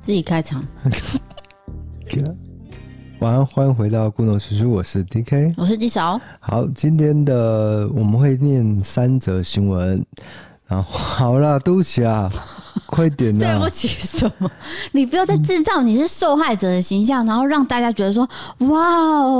自己开场。晚安，欢迎回到故弄叔叔，我是 DK。我是纪嫂，好，今天的我们会念三则新闻，然后好啦，对不 起啊，快点啊对啦不，起，什么？ 你不要再制造你是受害者的形象，然后让大家觉得说，哇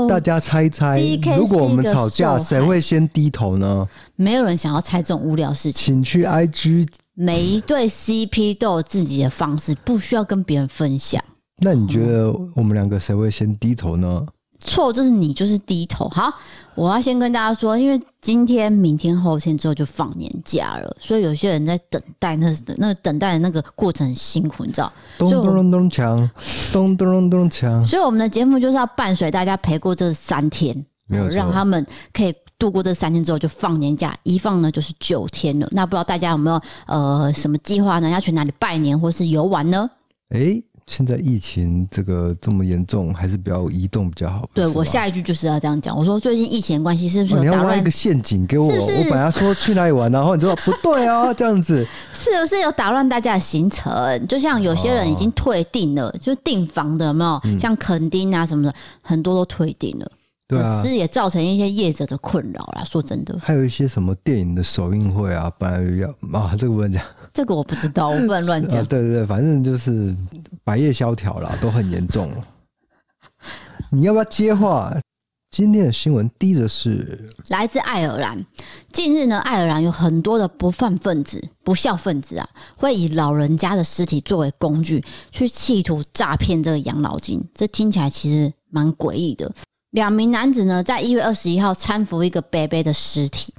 大哦，家猜猜 DK，如果我们吵是一个受架，害谁会先低头呢？没有人想要猜这种无聊事情。请去 IG。每一对 CP 都有自己的方式，不需要跟别人分享。那你觉得我们两个谁会先低头呢？错就是你，就是低头。好，我要先跟大家说，因为今天、明天、后天之后就放年假了，所以有些人在等待那那个等待的那个过程很辛苦，你知道。咚所以我咚咚咚锵，咚咚咚咚锵，所以我们的节目就是要伴随大家陪过这三天，哦没有错让他们可以度过这三天之后就放年假，一放呢就是九天了。那不知道大家有没有呃什么计划呢？要去哪里拜年或是游玩呢？诶，现在疫情这个这么严重，还是不要移动比较好。对不是我吗下一句就是要这样讲，我说最近疫情的关系是不是哦你有要打挖一乱个？陷阱给我，是不是我本来说去哪里玩，然后你说不对哦，这样子。是不是有打乱大家的行程？就像有些人已经退订了，就订房的有没有？像垦丁啊什么的，很多都退订了。嗯对啊可，是也造成一些业者的困扰啦。说真的，还有一些什么电影的首映会啊，本来要啊，这个不能讲。这个我不知道，我不能乱 啊讲。对对对，反正就是百业萧 条啦，都很严重。你要不要接话？今天的新闻第一则是来自爱尔兰。近日呢，爱尔兰有很多的不犯分子、不孝分子啊，会以老人家的尸体作为工具，去企图诈骗这个养老金。这听起来其实蛮诡异的。两名男子呢，在一月二十一号搀扶一个贝贝的尸体，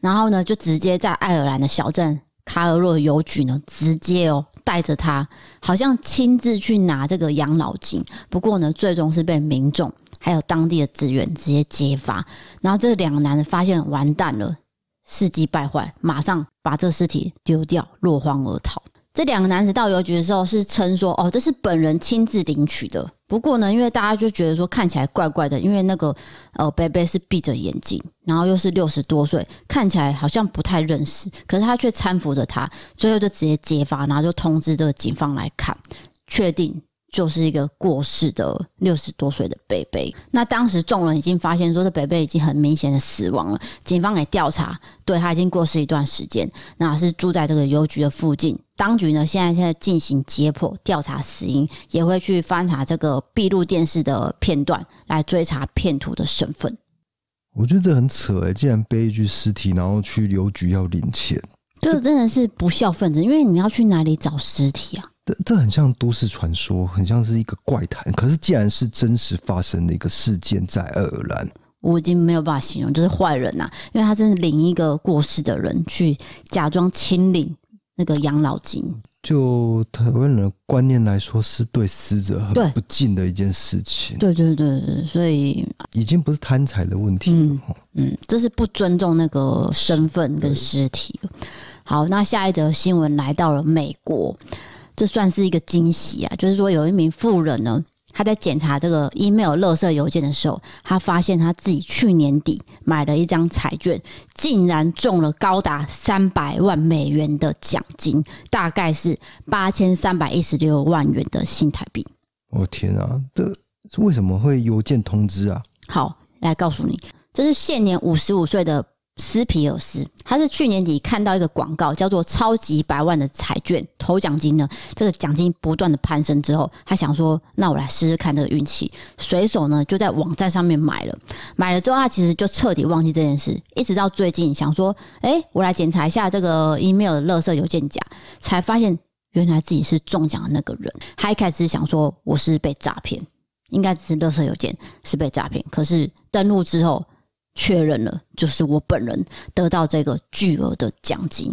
然后呢，就直接在爱尔兰的小镇卡尔洛邮局呢，直接哦带着他，好像亲自去拿这个养老金。不过呢，最终是被民众还有当地的职员直接揭发。然后这两个男人发现完蛋了，事迹败坏，马上把这尸体丢掉，落荒而逃。这两个男子到邮局的时候是称说，哦，这是本人亲自领取的。不过呢，因为大家就觉得说看起来怪怪的，因为那个呃贝贝是闭着眼睛，然后又是六十多岁，看起来好像不太认识，可是他却搀扶着他，最后就直接揭发，然后就通知这个警方来看，确定就是一个过世的六十多岁的贝贝。那当时众人已经发现说，这贝贝已经很明显的死亡了，警方也调查，对他已经过世一段时间，那是住在这个邮局的附近。当局呢，现在现在进行解剖调查死因，也会去翻查这个闭路电视的片段，来追查骗徒的身份。我觉得这很扯哎、竟然背一具尸体，然后去邮局要领钱，这真的是不孝分子，因为你要去哪里找尸体啊？这这很像都市传说，很像是一个怪谈。可是既然是真实发生的一个事件在爱尔兰，我已经没有办法形容，就是坏人呐、因为他真的领一个过世的人去假装清领那个养老金，就台湾人的观念来说，是对死者对很不敬的一件事情，对对对对，对所以已经不是贪财的问题了。嗯吼嗯，这是不尊重那个身份跟尸体。好，那下一则新闻来到了美国，这算是一个惊喜啊！就是说，有一名妇人呢，她在检查这个 email 垃圾邮件的时候，她发现她自己去年底买了一张彩券，竟然中了高达三百万美元的奖金，大概是八千三百一十六万元的新台币。我、天啊，这这为什么会邮件通知啊？好，来告诉你，这是现年五十五岁的斯皮尔斯，他是去年底看到一个广告，叫做“超级百万”的彩券头奖金呢，这个奖金不断的攀升之后，他想说，那我来试试看这个运气，随手呢就在网站上面买了，买了之后他其实就彻底忘记这件事，一直到最近想说，哎，我来检查一下这个 email 的垃圾邮件夹，才发现。原来自己是中奖的那个人，他一开始想说我是被诈骗，应该只是垃圾邮件，是被诈骗，可是登录之后确认了，就是我本人得到这个巨额的奖金。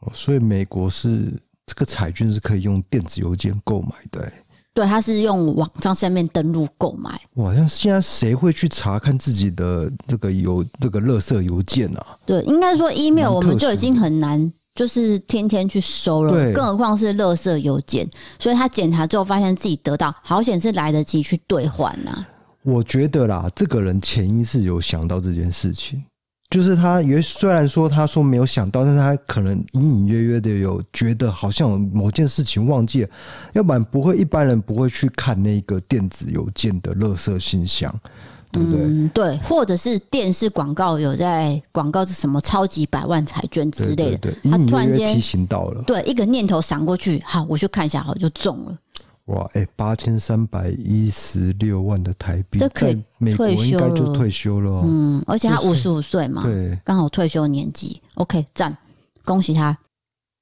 哦所以美国是这个彩券是可以用电子邮件购买的、欸。对，他是用网站上面登录购买，哇，像现在谁会去查看自己的这个邮这个垃圾邮件啊？对，应该说 email 蛮特殊的我们就已经很难，就是天天去收了，对更何况是垃圾邮件。所以他检查之后发现自己得到，好险是来得及去兑换呐、啊我觉得啦，这个人潜意识有想到这件事情，就是他也虽然说他说没有想到，但是他可能隐隐约约的有觉得好像有某件事情忘记了，要不然不会一般人不会去看那个电子邮件的垃圾信箱，对不对？嗯，对，或者是电视广告有在广告是什么超级百万彩券之对类对的，对，他隐突隐然约约间提醒到了，对一个念头闪过去，好，我去看一下，好就中了。哇，哎、八千三百一十六万的台币，这可以在美国退休应该就了啊退休了、哦，嗯，而且他就五是十五岁嘛，对，刚好退休年纪。OK，赞，恭喜他。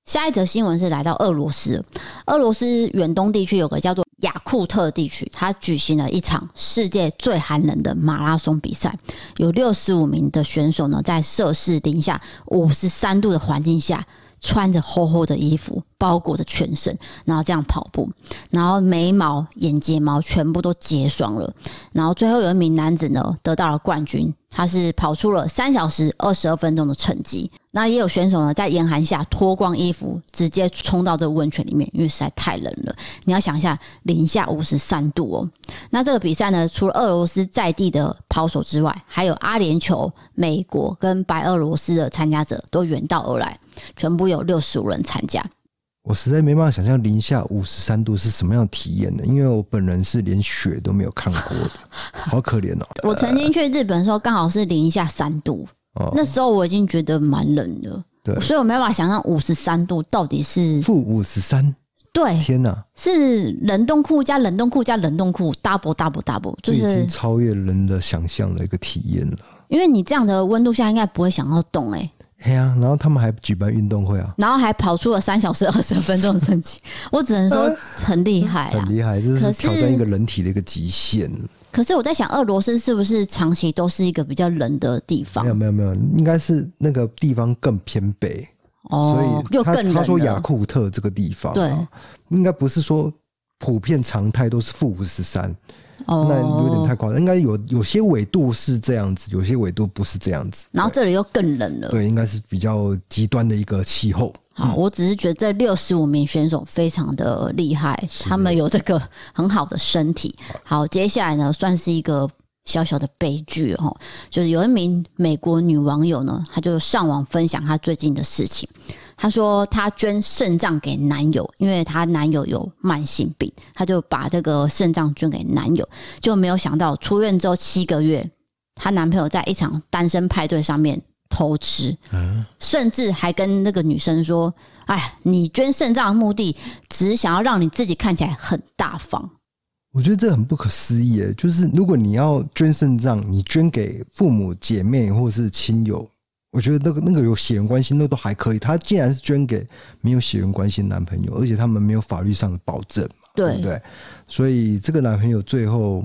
下一则新闻是来到俄罗斯了，俄罗斯远东地区有个叫做雅库特地区，它举行了一场世界最寒冷的马拉松比赛，有六十五名的选手呢，在摄氏零下五十三度的环境下。穿着厚厚的衣服包裹着全身，然后这样跑步，然后眉毛、眼睫毛全部都结霜了，然后最后有一名男子呢得到了冠军，他是跑出了三小时二十二分钟的成绩。那也有选手呢在严寒下脱光衣服，直接冲到这个温泉里面，因为实在太冷了。你要想一下，零下五十三度哦。那这个比赛呢，除了俄罗斯在地的跑手之外，还有阿联酋、美国跟白俄罗斯的参加者都远道而来，全部有六十五人参加。我实在没办法想象零下五十三度是什么样的体验呢？因为我本人是连雪都没有看过 的，好可怜哦。我曾经去日本的时候，刚好是零下三度，哦那时候我已经觉得蛮冷的，对所以我没办法想象五十三度到底是负五十三，对，天哪、是冷冻库加冷冻库加冷冻库 double double double，就这已是经超越人的想象的一个体验了。因为你这样的温度下应该不会想要动哎、欸哎呀、然后他们还举办运动会啊，然后还跑出了三小时二十分钟的成绩， 我只能说很厉害啦很。厉害，这可是是挑战一个人体的一个极限。可是我在想，俄罗斯是不是长期都是一个比较冷的地方没有？没有没有，应该是那个地方更偏北，哦，所又以他更冷他说雅了。库特这个地方、对啊，应该不是说普遍常态都是负五十三，那有点哦太，夸张，应该有有些纬度是这样子，有些纬度不是这样子。然后这里又更冷了。对，应该是比较极端的一个气候。好，我只是觉得这六十五名选手非常的厉害，他们有这个很好的身体。好，接下来呢，算是一个小小的悲剧哦，就是有一名美国女网友呢，她就上网分享她最近的事情。她说她捐肾脏给男友，因为她男友有慢性病，她就把这个肾脏捐给男友，就没有想到出院之后七个月，她男朋友在一场单身派对上面偷吃，甚至还跟那个女生说：“哎，你捐肾脏的目的只是想要让你自己看起来很大方。我觉得这很不可思议耶，就是如果你要捐肾脏，你捐给父母、姐妹或是亲友，我觉得那个那个有血缘关系那都还可以。他既然是捐给没有血缘关系的男朋友，而且他们没有法律上的保证嘛，对对不，对？所以这个男朋友最后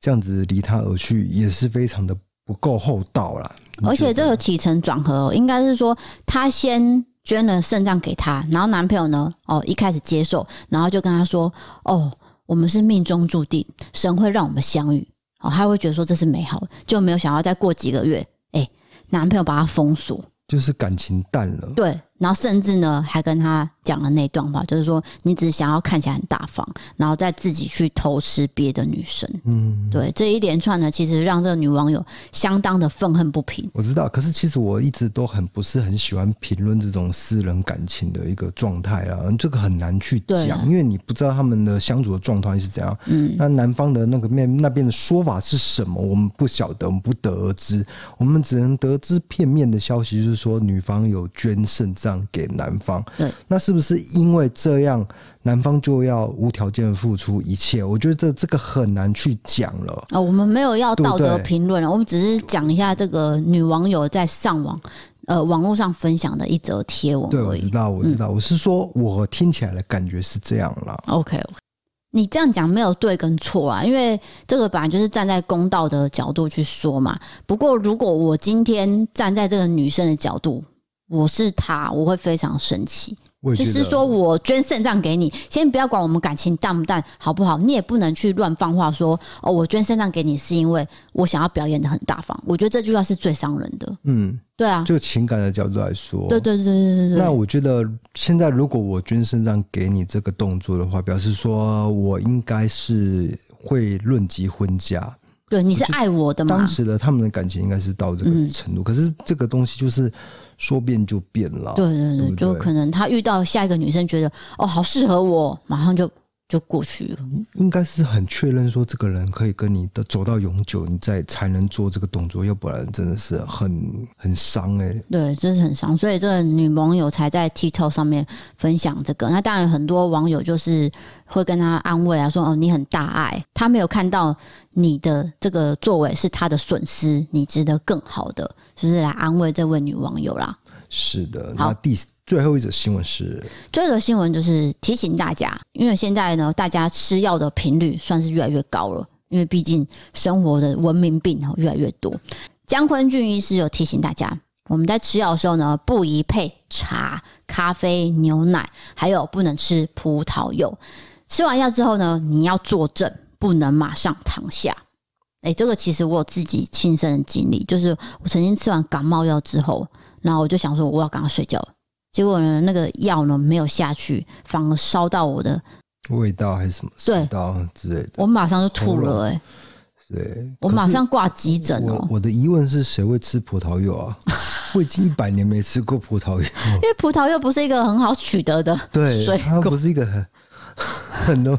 这样子离他而去，也是非常的不够厚道啦。而且这个个起承转合哦、应该是说她先捐了肾脏给他，然后男朋友呢，哦，一开始接受，然后就跟他说：“哦，我们是命中注定，神会让我们相遇。”哦，他会觉得说这是美好的，就没有想要再过几个月，哎、男朋友把他封锁，就是感情淡了。对，然后甚至呢还跟他讲了那段话，就是说你只是想要看起来很大方，然后再自己去偷吃别的女生。嗯，对，这一连串呢，其实让这个女网友相当的愤恨不平。我知道，可是其实我一直都很不是很喜欢评论这种私人感情的一个状态啊，这个很难去对啊讲，因为你不知道他们的相处的状态是怎样。嗯，那男方的那个面那边的说法是什么，我们不晓得，我们不得而知，我们只能得知片面的消息，就是说女方有捐肾脏给男方。对，那是不是因为这样，男方就要无条件地付出一切？我觉得这个很难去讲了。啊、我们没有要对不道德对评论啊了，我们只是讲一下这个女网友在上网呃网络上分享的一则贴文对，而我知已。道，我知道，我是说，我听起来的感觉是这样啦。 OK，你这样讲没有对跟错啊，因为这个本来就是站在公道的角度去说嘛。不过如果我今天站在这个女生的角度，我是她，我会非常生气。我就也觉得是说我捐肾脏给你，先不要管我们感情淡不淡，好不好？你也不能去乱放话说哦，我捐肾脏给你是因为我想要表演的很大方。我觉得这句话是最伤人的。嗯，对啊，就情感的角度来说，对对对对对对那对，我觉得现在如果我捐肾脏给你这个动作的话，表示说我应该是会论及婚嫁，对，你是爱我的嘛当？时的他们的感情应该是到这嗯个程度，可是这个东西就是说变就变了。对对对对，不就对可能他遇到下一个女生，觉得哦好适合我，马上就就过去了。应该是很确认说这个人可以跟你的走到永久，你再才能做这个动作，要不然真的是很很伤哎、对，这是很伤，所以这个女网友才在 TikTok 上面分享这个。那当然，很多网友就是会跟她安慰啊，说：“哦，你很大爱，她没有看到你的这个作为是她的损失，你值得更好的。”就是来安慰这位女网友啦。是的，好那第最后一则新闻是这个新闻就是提醒大家，因为现在呢，大家吃药的频率算是越来越高了，因为毕竟生活的文明病哦越来越多。姜坤俊医师有提醒大家，我们在吃药的时候呢，不宜配茶、咖啡、牛奶，还有不能吃葡萄柚。吃完药之后呢，你要坐正，不能马上躺下。哎、这个其实我有自己亲身的经历，就是我曾经吃完感冒药之后，然后我就想说我要赶快睡觉了，结果呢，那个药呢没有下去，反而烧到我的，味道还是什么对食道之类的？我马上就吐喉咙了、欸，对，我马上挂急诊哦、我我的疑问是谁会吃葡萄柚 啊？我已经一百年没吃过葡萄柚，因为葡萄柚不是一个很好取得的对，水它果不，是一个很很容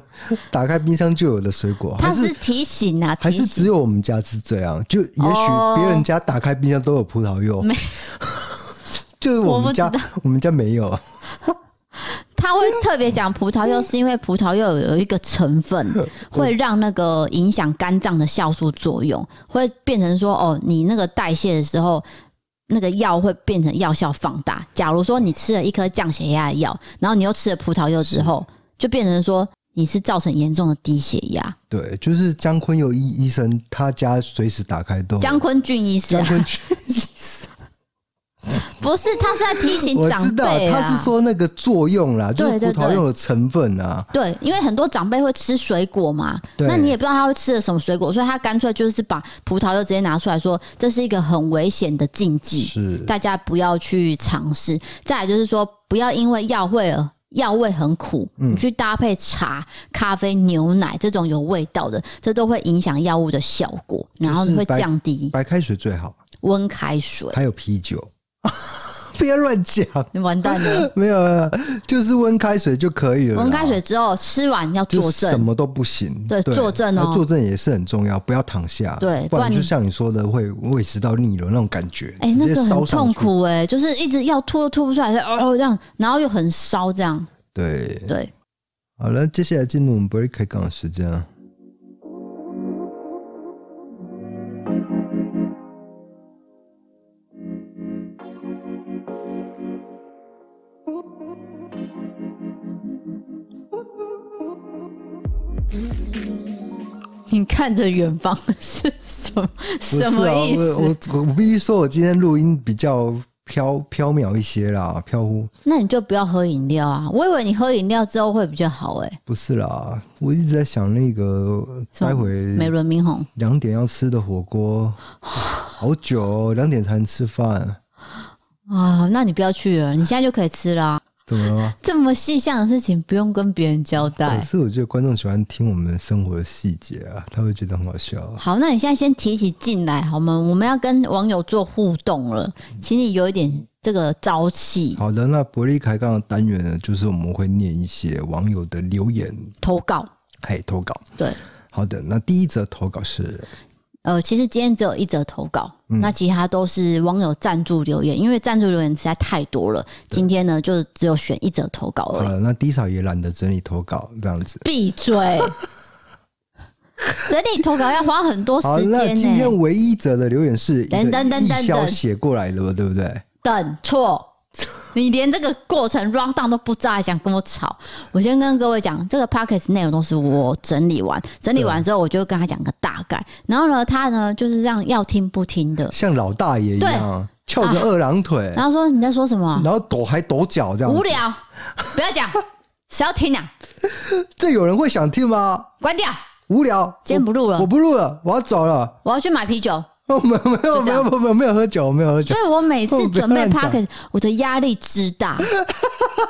打开冰箱就有的水果，啊还它是是提醒啊，还提是醒只有我们家是这样？就也哦许别人家打开冰箱都有葡萄柚，没 就是我们家我不我们家没有，啊他会特别讲葡嗯萄柚，是因为葡萄柚有一个成分会让那个影响肝脏的酵素作用，会变成说哦，你那个代谢的时候，那个药会变成药效放大。假如说你吃了一颗降血压的药，然后你又吃了葡萄柚之后，就变成说你是造成严重的低血压。对，就是姜昆佑医医生，他家随时打开都有姜坤俊医师、姜啊、昆去，不是，他是在提醒我知长道辈他啊。是说那个作用啦，就是对葡对萄对柚的成分啊。对，因为很多长辈会吃水果嘛，对那你也不知道他会吃的什么水果，所以他干脆就是把葡萄柚直接拿出来说，这是一个很危险的禁忌，是大家不要去尝试。再来就是说，不要因为药味而。药味很苦，嗯你去搭配茶、咖啡、牛奶这种有味道的，这都会影响药物的效果，然后就是会白降低白开水最好，温开水。还有啤酒， 不要乱讲。你完蛋 了！没有，没有就是温开水就可以了啦。温开水之后吃完要就坐是什正，么都不行。对坐正哦那坐正也是很重要，不要躺下。对不不然然你就像你说的，会胃食道逆流那种感觉，哎、直那接个烧很上痛去。苦哎、就是一直要吐都吐不出来，哦这样，然后又很烧这样，对，对。好了，接下来进入我们 break 开杠的时间啊。你看着远方是什么不是什啊么意思？我我我必须说，我今天录音比较飘飘渺一些啦，飘忽那你就不要喝饮料啊！我以为你喝饮料之后会比较好哎、不是啦，我一直在想那个什么待会美轮明宏，两点要吃的 火锅，好久哦两、点才能吃饭，啊，那你不要去了，你现在就可以吃啦、怎么了吗？这么细项的事情不用跟别人交可代。是我觉得观众喜欢听我们生活的细节啊，他会觉得很好笑啊。好，那你现在先提起进来好吗？我们要跟网友做互动了，请你有一点这个朝气嗯好的，那伯利开杠的单元呢，就是我们会念一些网友的留言，投稿，嘿，投稿。对。好的，那第一则投稿是呃，其实今天只有一则投稿，嗯那其他都是网友赞助留言，因为赞助留言实在太多了。今天呢，就只有选一则投稿好而已。了，那 D 嫂也懒得整理投稿这样子。 闭嘴！整理投稿要花很多好，时那间今呢、天唯一则的留言是一个等等等等易潇等写过来的，对不对？等错，你连这个过程 round down 都不知道，还想跟我吵？我先跟各位讲，这个 p o c k e t 内容都是我整理完，整理完之后我就跟他讲个大概，然后呢，他呢就是这样要听不听的，像老大爷一样，翘着二郎腿，然后说你在说什么啊？然后抖还抖脚这样子无。聊，不要讲，谁要听啊？这有人会想听吗？关掉，无聊，今天不录了我，我不录了，我要走了。我要去买啤酒。哦，没有没有没有没有没有喝酒，我没有喝酒所，以我每次准备哦不要 p 乱 o c 讲 a s t 我的压力之大。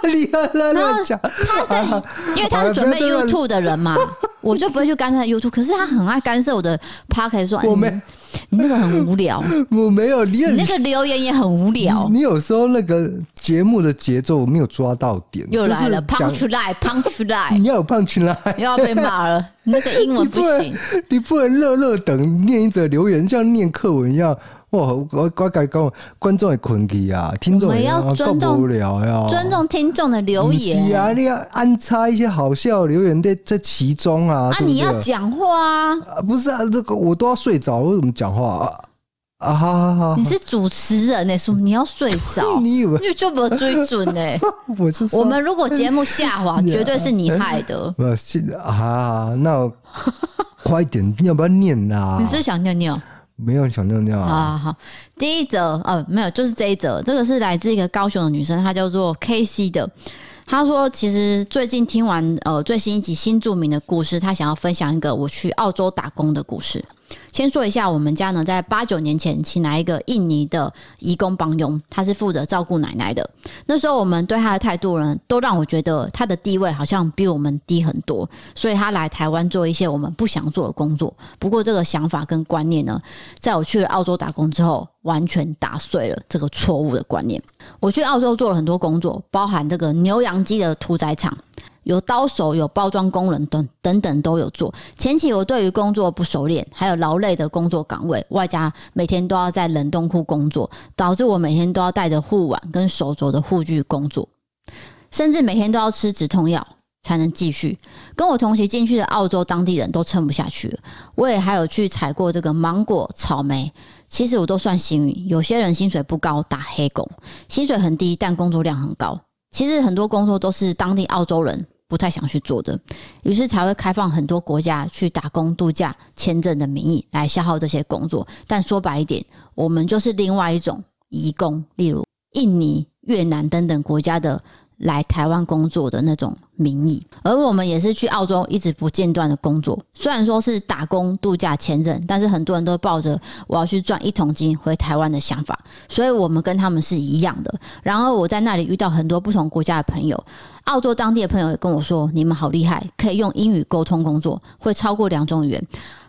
你不要乱后讲。他 是因为他是准备好了不要再 YouTube 的人嘛，我就不会去干涉 YouTube。可是他很爱干涉我的 p o c a s t 说哎我你没你那个很无 聊，我没有，你你很那个留言也很无聊你。你有时候那个节目的节奏没有抓到点，又来了就是讲，punch line，punch line，你要有胖群来，又要被骂了。那个英 你文不不能行，你不能乐乐等念一则留言，像念课文一样。哇，我我我改讲，观众也困去啊，听众也我们要尊重够无聊呀，尊重听众的留不是言哦啊，你要安插一些好笑的留言在在其中啊。啊，对不对你要讲话啊，啊不是啊，这个我都要睡着了，为什么讲话啊？啊，好好好，你，是主持人欸呢，说你要睡着 你以为你就没有追准呢。 我啊就是要我们如果节目下 滑，绝对是你害的。不是啊？那快点，要不要念啊？你是不是想尿尿？没有想尿尿啊？啊，好，第一则，呃，没有，就是这一则，这个是来自一个高雄的女生，她叫做 K C 的。她说，其实最近听完呃最新一集新著名的故事，她想要分享一个我去澳洲打工的故事。先说一下，我们家呢在八九年前请来一个印尼的移工帮佣，他是负责照顾奶奶的。那时候我们对他的态度呢，都让我觉得他的地位好像比我们低很多，所以他来台湾做一些我们不想做的工作。不过这个想法跟观念呢，在我去了澳洲打工之后，完全打碎了这个错误的观念。我去澳洲做了很多工作，包含这个牛羊鸡的屠宰场。有刀手、有包装工人等等等都有做。前期我对于工作不熟练，还有劳累的工作岗位，外加每天都要在冷冻库工作，导致我每天都要带着护腕跟手镯的护具工作，甚至每天都要吃止痛药才能继续。跟我同期进去的澳洲当地人都撑不下去了，我也还有去采过这个芒果、草莓。其实我都算幸运，有些人薪水不高，打黑工；薪水很低，但工作量很高。其实很多工作都是当地澳洲人不太想去做的，于是才会开放很多国家去打工度假签证的名义来消耗这些工作。但说白一点，我们就是另外一种移工，例如印尼、越南等等国家的来台湾工作的那种名义，而我们也是去澳洲一直不间断的工作。虽然说是打工度假签证，但是很多人都抱着我要去赚一桶金回台湾的想法，所以我们跟他们是一样的。然而我在那里遇到很多不同国家的朋友，澳洲当地的朋友也跟我说：“你们好厉害，可以用英语沟通工作，会超过两种语言。”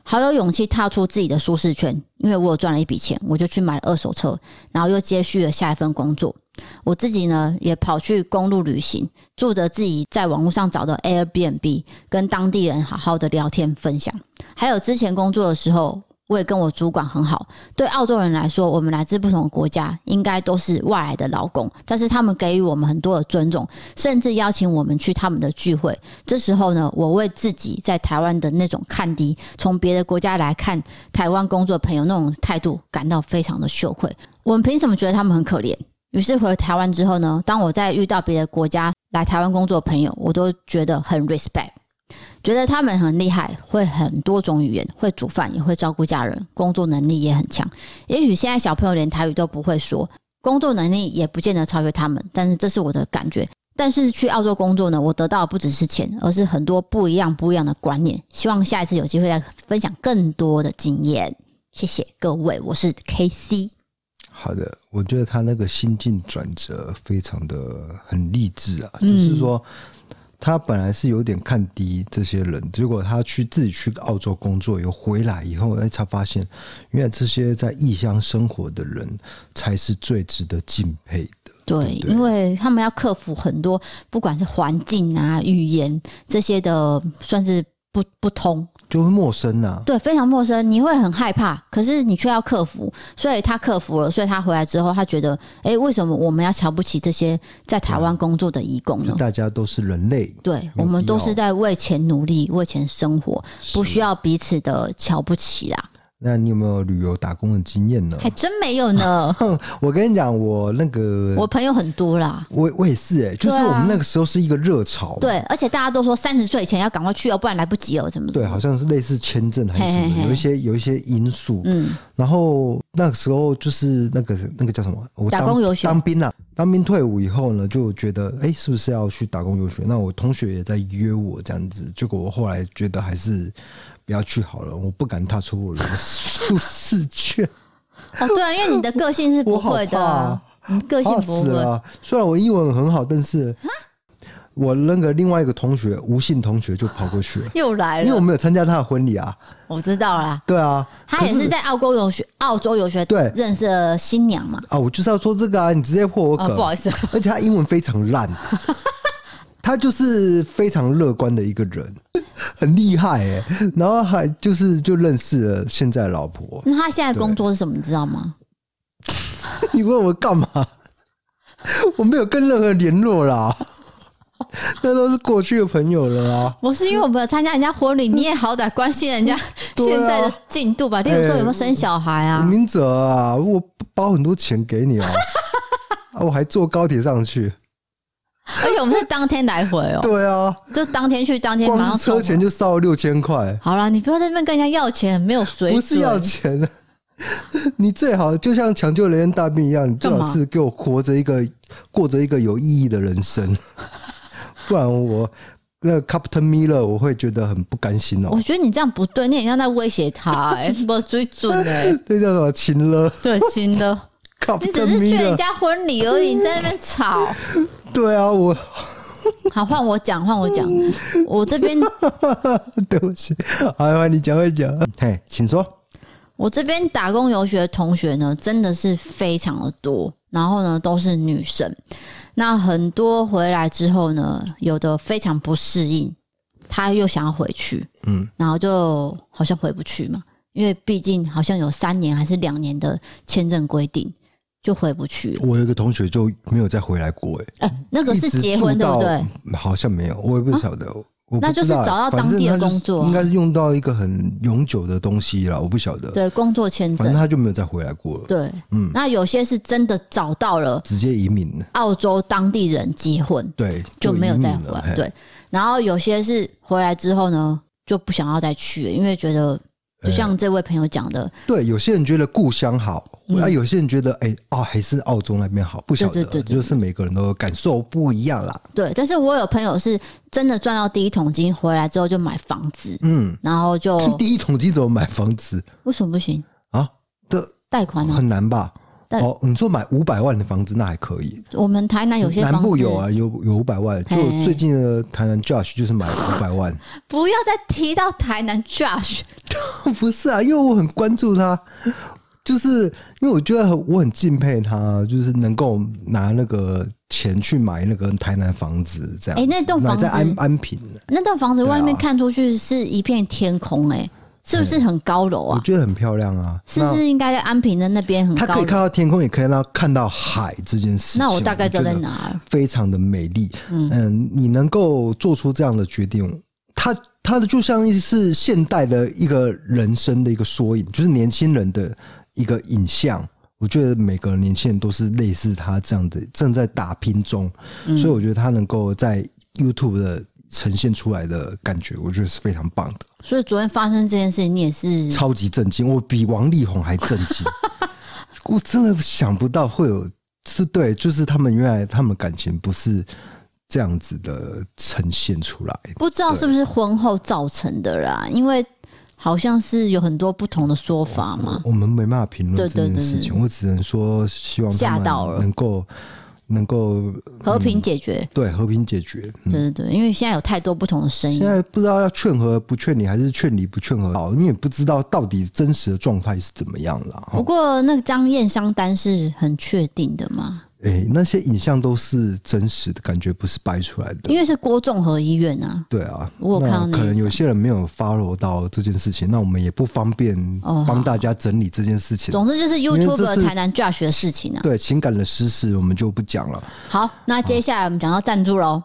好有勇气踏出自己的舒适圈，因为我有赚了一笔钱，我就去买了二手车，然后又接续了下一份工作。我自己呢也跑去公路旅行，住着自己在网络上找的 Airbnb，跟当地人好好的聊天分享。还有之前工作的时候，我也跟我主管很好。对澳洲人来说，我们来自不同的国家，应该都是外来的劳工，但是他们给予我们很多的尊重，甚至邀请我们去他们的聚会。这时候呢，我为自己在台湾的那种看低，从别的国家来看台湾工作的朋友那种态度，感到非常的羞愧。我们凭什么觉得他们很可怜？于是回台湾之后呢，当我在遇到别的国家来台湾工作的朋友，我都觉得很 respect，觉得他们很厉害，会很多种语言，会煮饭，也会照顾家人，工作能力也很强。也许现在小朋友连台语都不会说，工作能力也不见得超越他们，但是这是我的感觉。但是去澳洲工作呢，我得到的不只是钱，而是很多不一样不一样的观念。希望下一次有机会再分享更多的经验。谢谢各位，我是 K C。好的，我觉得他那个心境转折非常的很励志啊，嗯就是说他本来是有点看低这些人，结果他去自己去澳洲工作，有回来以后，哎，才发现原来这些在异乡生活的人才是最值得敬佩的。对，对因为他们要克服很多，不管是环境啊、语言这些的，算是不不通，就会陌生啊，对，非常陌生，你会很害怕，可是你却要克服，所以他克服了，所以他回来之后，他觉得，哎、为什么我们要瞧不起这些在台湾工作的义工就呢？大家都是人类，对，没我有们必都要是在为钱努力，为钱生活，不需要。要彼此的瞧不起啦，那你有没有旅游打工的经验呢？还真没有呢。 我跟你讲，我那个我朋友很多啦，我我也是哎、就是对啊我们那个时候是一个热潮，对，而且大家都说三十岁以前要赶快去哦，不然来不及哦，怎么怎对，么好像是类似签证还是什嘿嘿嘿么，有一些有一些因素。嗯，然后那个时候就是那个那个叫什么，我打当工游学当兵啊，当兵退伍以后呢，就觉得哎、诶是不是要去打工游学？那我同学也在约我这样子，结果我后来觉得还是。不要去好了，我不敢踏出我的舒 适圈，哦，对啊，因为你的个性是不我好会的，怕啊、你个性怕不死会。了。虽然我英文很好，但是我那个另外一个同学吴姓同学就跑过去了，又来因为我了，没有参加他的婚礼啊。我知道啦，对啊，他也可是在澳洲游学，澳洲游学对认识了新娘嘛。啊，我就是要说这个啊，你直接破我哦，梗，不好意思，而且他英文非常烂， 他就是非常乐观的一个人，很厉害哎、然后还就是就认识了现在的老婆，那他现在工作是什么？你知道吗？你问我干嘛？我没有跟任何人联络啦，那都是过去的朋友了啊。我是因为我没有参加人家婚礼，你也好歹关心人家对啊现在的进度吧，例如说有没有生小孩吴啊？明哲啊，我包很多钱给 你啊，啊我还坐高铁上去。而且我们是当天来回哦、对啊，就当天去，当天马光上是车送。钱就烧了六千块。好了，你不要在那边跟人家要钱，没有水准。不是要钱的，你最好就像抢救人员大病一样，你最干好嘛是给我活着一个过着一个有意义的人生， 不然我那个 Captain Miller 我会觉得很不甘心哦、我觉得你这样不对，你很像在威胁他、 欸，没有水准哎、这叫什么情了对，新的。你只 Captain 是去人 Miller？家婚礼而已，你在那边吵。 对啊，我 好，换我讲，换我讲。我这边， 对不起，哎呀，你讲会讲，嘿，请说。我这边打工游学的同学呢，真的是非常的多，然后呢都是女生。那很多回来之后呢，有的非常不适应，他又想要回去，嗯，然后就好像回不去嘛，因为毕竟好像有三年还是两年的签证规定，就回不去了。我有一个同学就没有再回来过、欸，哎、那个一是直结住婚对不到对？？嗯好像没有，我也不晓得。我不那就是知道找到反当地正的他就是工作啊应该是用到一个很永久的东西啦，我不晓得。对，工作签反正证。他就没有再回来过了，对，嗯那有些是真的找到了直接移民了。澳洲当地人结婚，对，就没有再移民回了来。，嘿对，然后有些是回来之后呢，就不想要再去了，因为觉得就哎像这位朋友讲的，对，有些人觉得故乡好，那、有些人觉得哎、哦还是澳洲那边好，不晓得，嗯对对对对就是每个人都感受不一样啦。对。但是我有朋友是真的赚到第一桶金，回来之后就买房子，嗯，然后就第一桶金怎么买房子为什么不行？啊？这贷款啊 呢？很难吧？但哦，你说买五百万的房子那还可以，我们台南有些南房部子哎有啊，有有五百万。就嘿最近的台南 Josh 就是买五百 万，不要再提到台南 Josh，不是啊，因为我很关注他，就是因为我觉得我很敬佩他，就是能够拿那个钱去买那个台南房子这样子。哎那栋买房子在安安平，那栋房子外面对啊哎看出去是一片天空、欸，是不是很高楼我啊？觉得很漂亮啊。是不是应该在安平的那边很那他可高以看楼？到天空，也可以让他看到海这件事情。啊那我大概知道觉在得哪儿。非常的美丽。嗯你能够做出这样的决定，他他的就像是现代的一个人生的一个缩影，就是年轻人的一个影像。我觉得每个年轻人都是类似他这样的，正在打拼中，所以我觉得他能够在 YouTube 的呈现出来的感觉，我觉得是非常棒的，所以昨天发生这件事情，你也是超级震惊，我比王力宏还震 惊，我真的想不到会有，是对，就是他们原来他们感情不是这样子的呈现出来，不知道是不是婚后造成的啦，因为好像是有很多不同的说法嘛。我们没办法评对对论这件对事情，我只能说希望他吓到们了能够能够和平解决，对和平解决。嗯对对对，因为现在有太多不同的声音现。在不知道要劝和不劝离，还是劝离不劝和好，你也不知道到底真实的状态是怎么样了。不哈过那张验伤单是很确定的嘛，诶、哎那些影像都是真实的感觉，不是掰出来的因。为是郭仲和医院啊。对啊，我有看到那一可能有张些人没有 follow 到这件事情，那我们也不方便哦帮大家整理这件事情。总之就是为这 YouTube 是台南 Josh 的事情啊。对情感的私事我们就不讲了。好，那接下来我们讲到赞助 喽。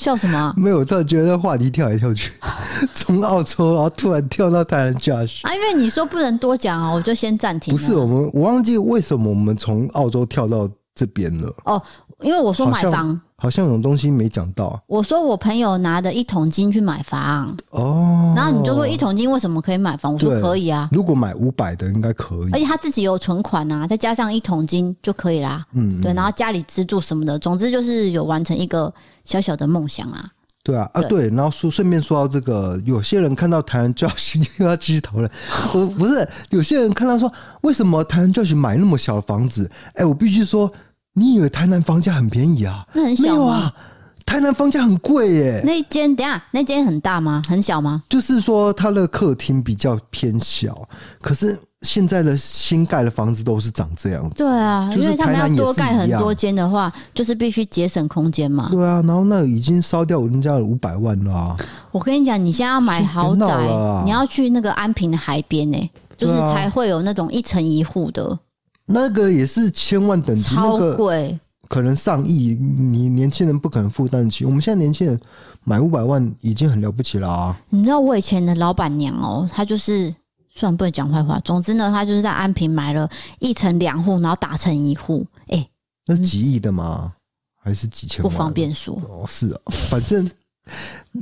笑什么啊？没有，突然觉得话题跳来跳去， 从澳洲然后突然跳到台南 Josh。啊，因为你说不能多讲啊，我就先暂停不了。是我们，我忘记为什么我们从澳洲跳到这边了，哦，因为我说好买像房，好像有东西没讲到我说我朋友拿的一桶金去买房，哦。然后你就说一桶金为什么可以买房？我说对嗯可以啊，如果买五百的应该可以而，且他自己有存款啊，再加上一桶金就可以啦。嗯，对，然后家里资助什么的，总之就是有完成一个小小的梦想啊。对啊，啊对，然后说顺便说到这个，有些人看到台湾教训又要继续讨论， 我不是有些人看到说为什么台湾教训买那么小的房子？哎、我必须说，你以为台南房价很便宜啊？那很没小有吗？啊，台南房价很贵耶。那一间等一下那间很大吗？很小吗？就是说，它的客厅比较偏小，可是现在的新盖的房子都是长这样子对。啊，就是因为他们台要南也多是盖一很样多间的话，就是必须节省空间嘛。对啊，然后那已经烧掉人家的五百万了、啊。我跟你讲，你现在要买豪别宅闹了啊，你要去那个安平的海边呢、就是对啊才会有那种一层一户的，那个也是千万等级，那超个贵。可能上亿，你年轻人不可能负担得起。我们现在年轻人买五百万已经很了不起了啊！你知道我以前的老板娘哦、她就是虽然不能讲坏话，总之呢，她就是在安平买了一层两户，然后打成一户，哎、那是几亿的吗？还是几千不万？方便说。哦，是啊，反正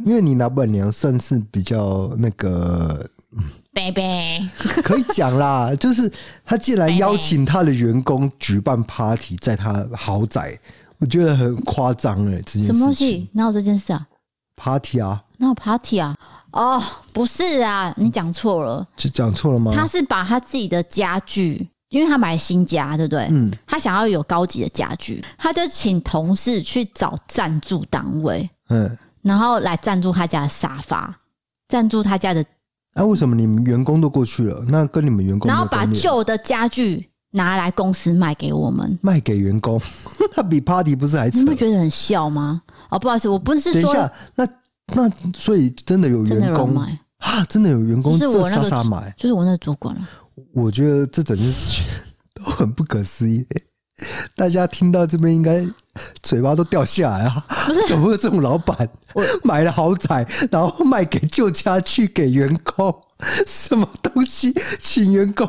因为你老板娘算是比较那个 baby，可以讲啦， 就是他既然邀请他的员工举办 party 在他豪宅，我觉得很夸张哎，这件事情什么东西？哪有这件事啊？ party 啊，哪有 party 啊？哦，不是啊，你讲错了，这讲错了吗？他是把他自己的家具，因为他买新家，对不对？嗯，他想要有高级的家具，他就请同事去找赞助单位，嗯，然后来赞助他家的沙发，赞助他家的，那、啊为什么你们员工都过去了，那跟你们员工然没后有把关联旧的家具拿来公司卖给我们。卖给员 工，那比 party 不是还你扯？不觉得很笑吗？哦，不好意思，我不是等一说下，那那所以真的有真的员有人工买，啊，真的有员工就是这我那傻个傻买，就是我那个主管啊了。我觉得这整件事情都很不可思议。 大家听到这边应该嘴巴都掉下来啊！不是怎么会有这种老板我买了豪宅，然后卖给旧家去给员工？什么东西？请员工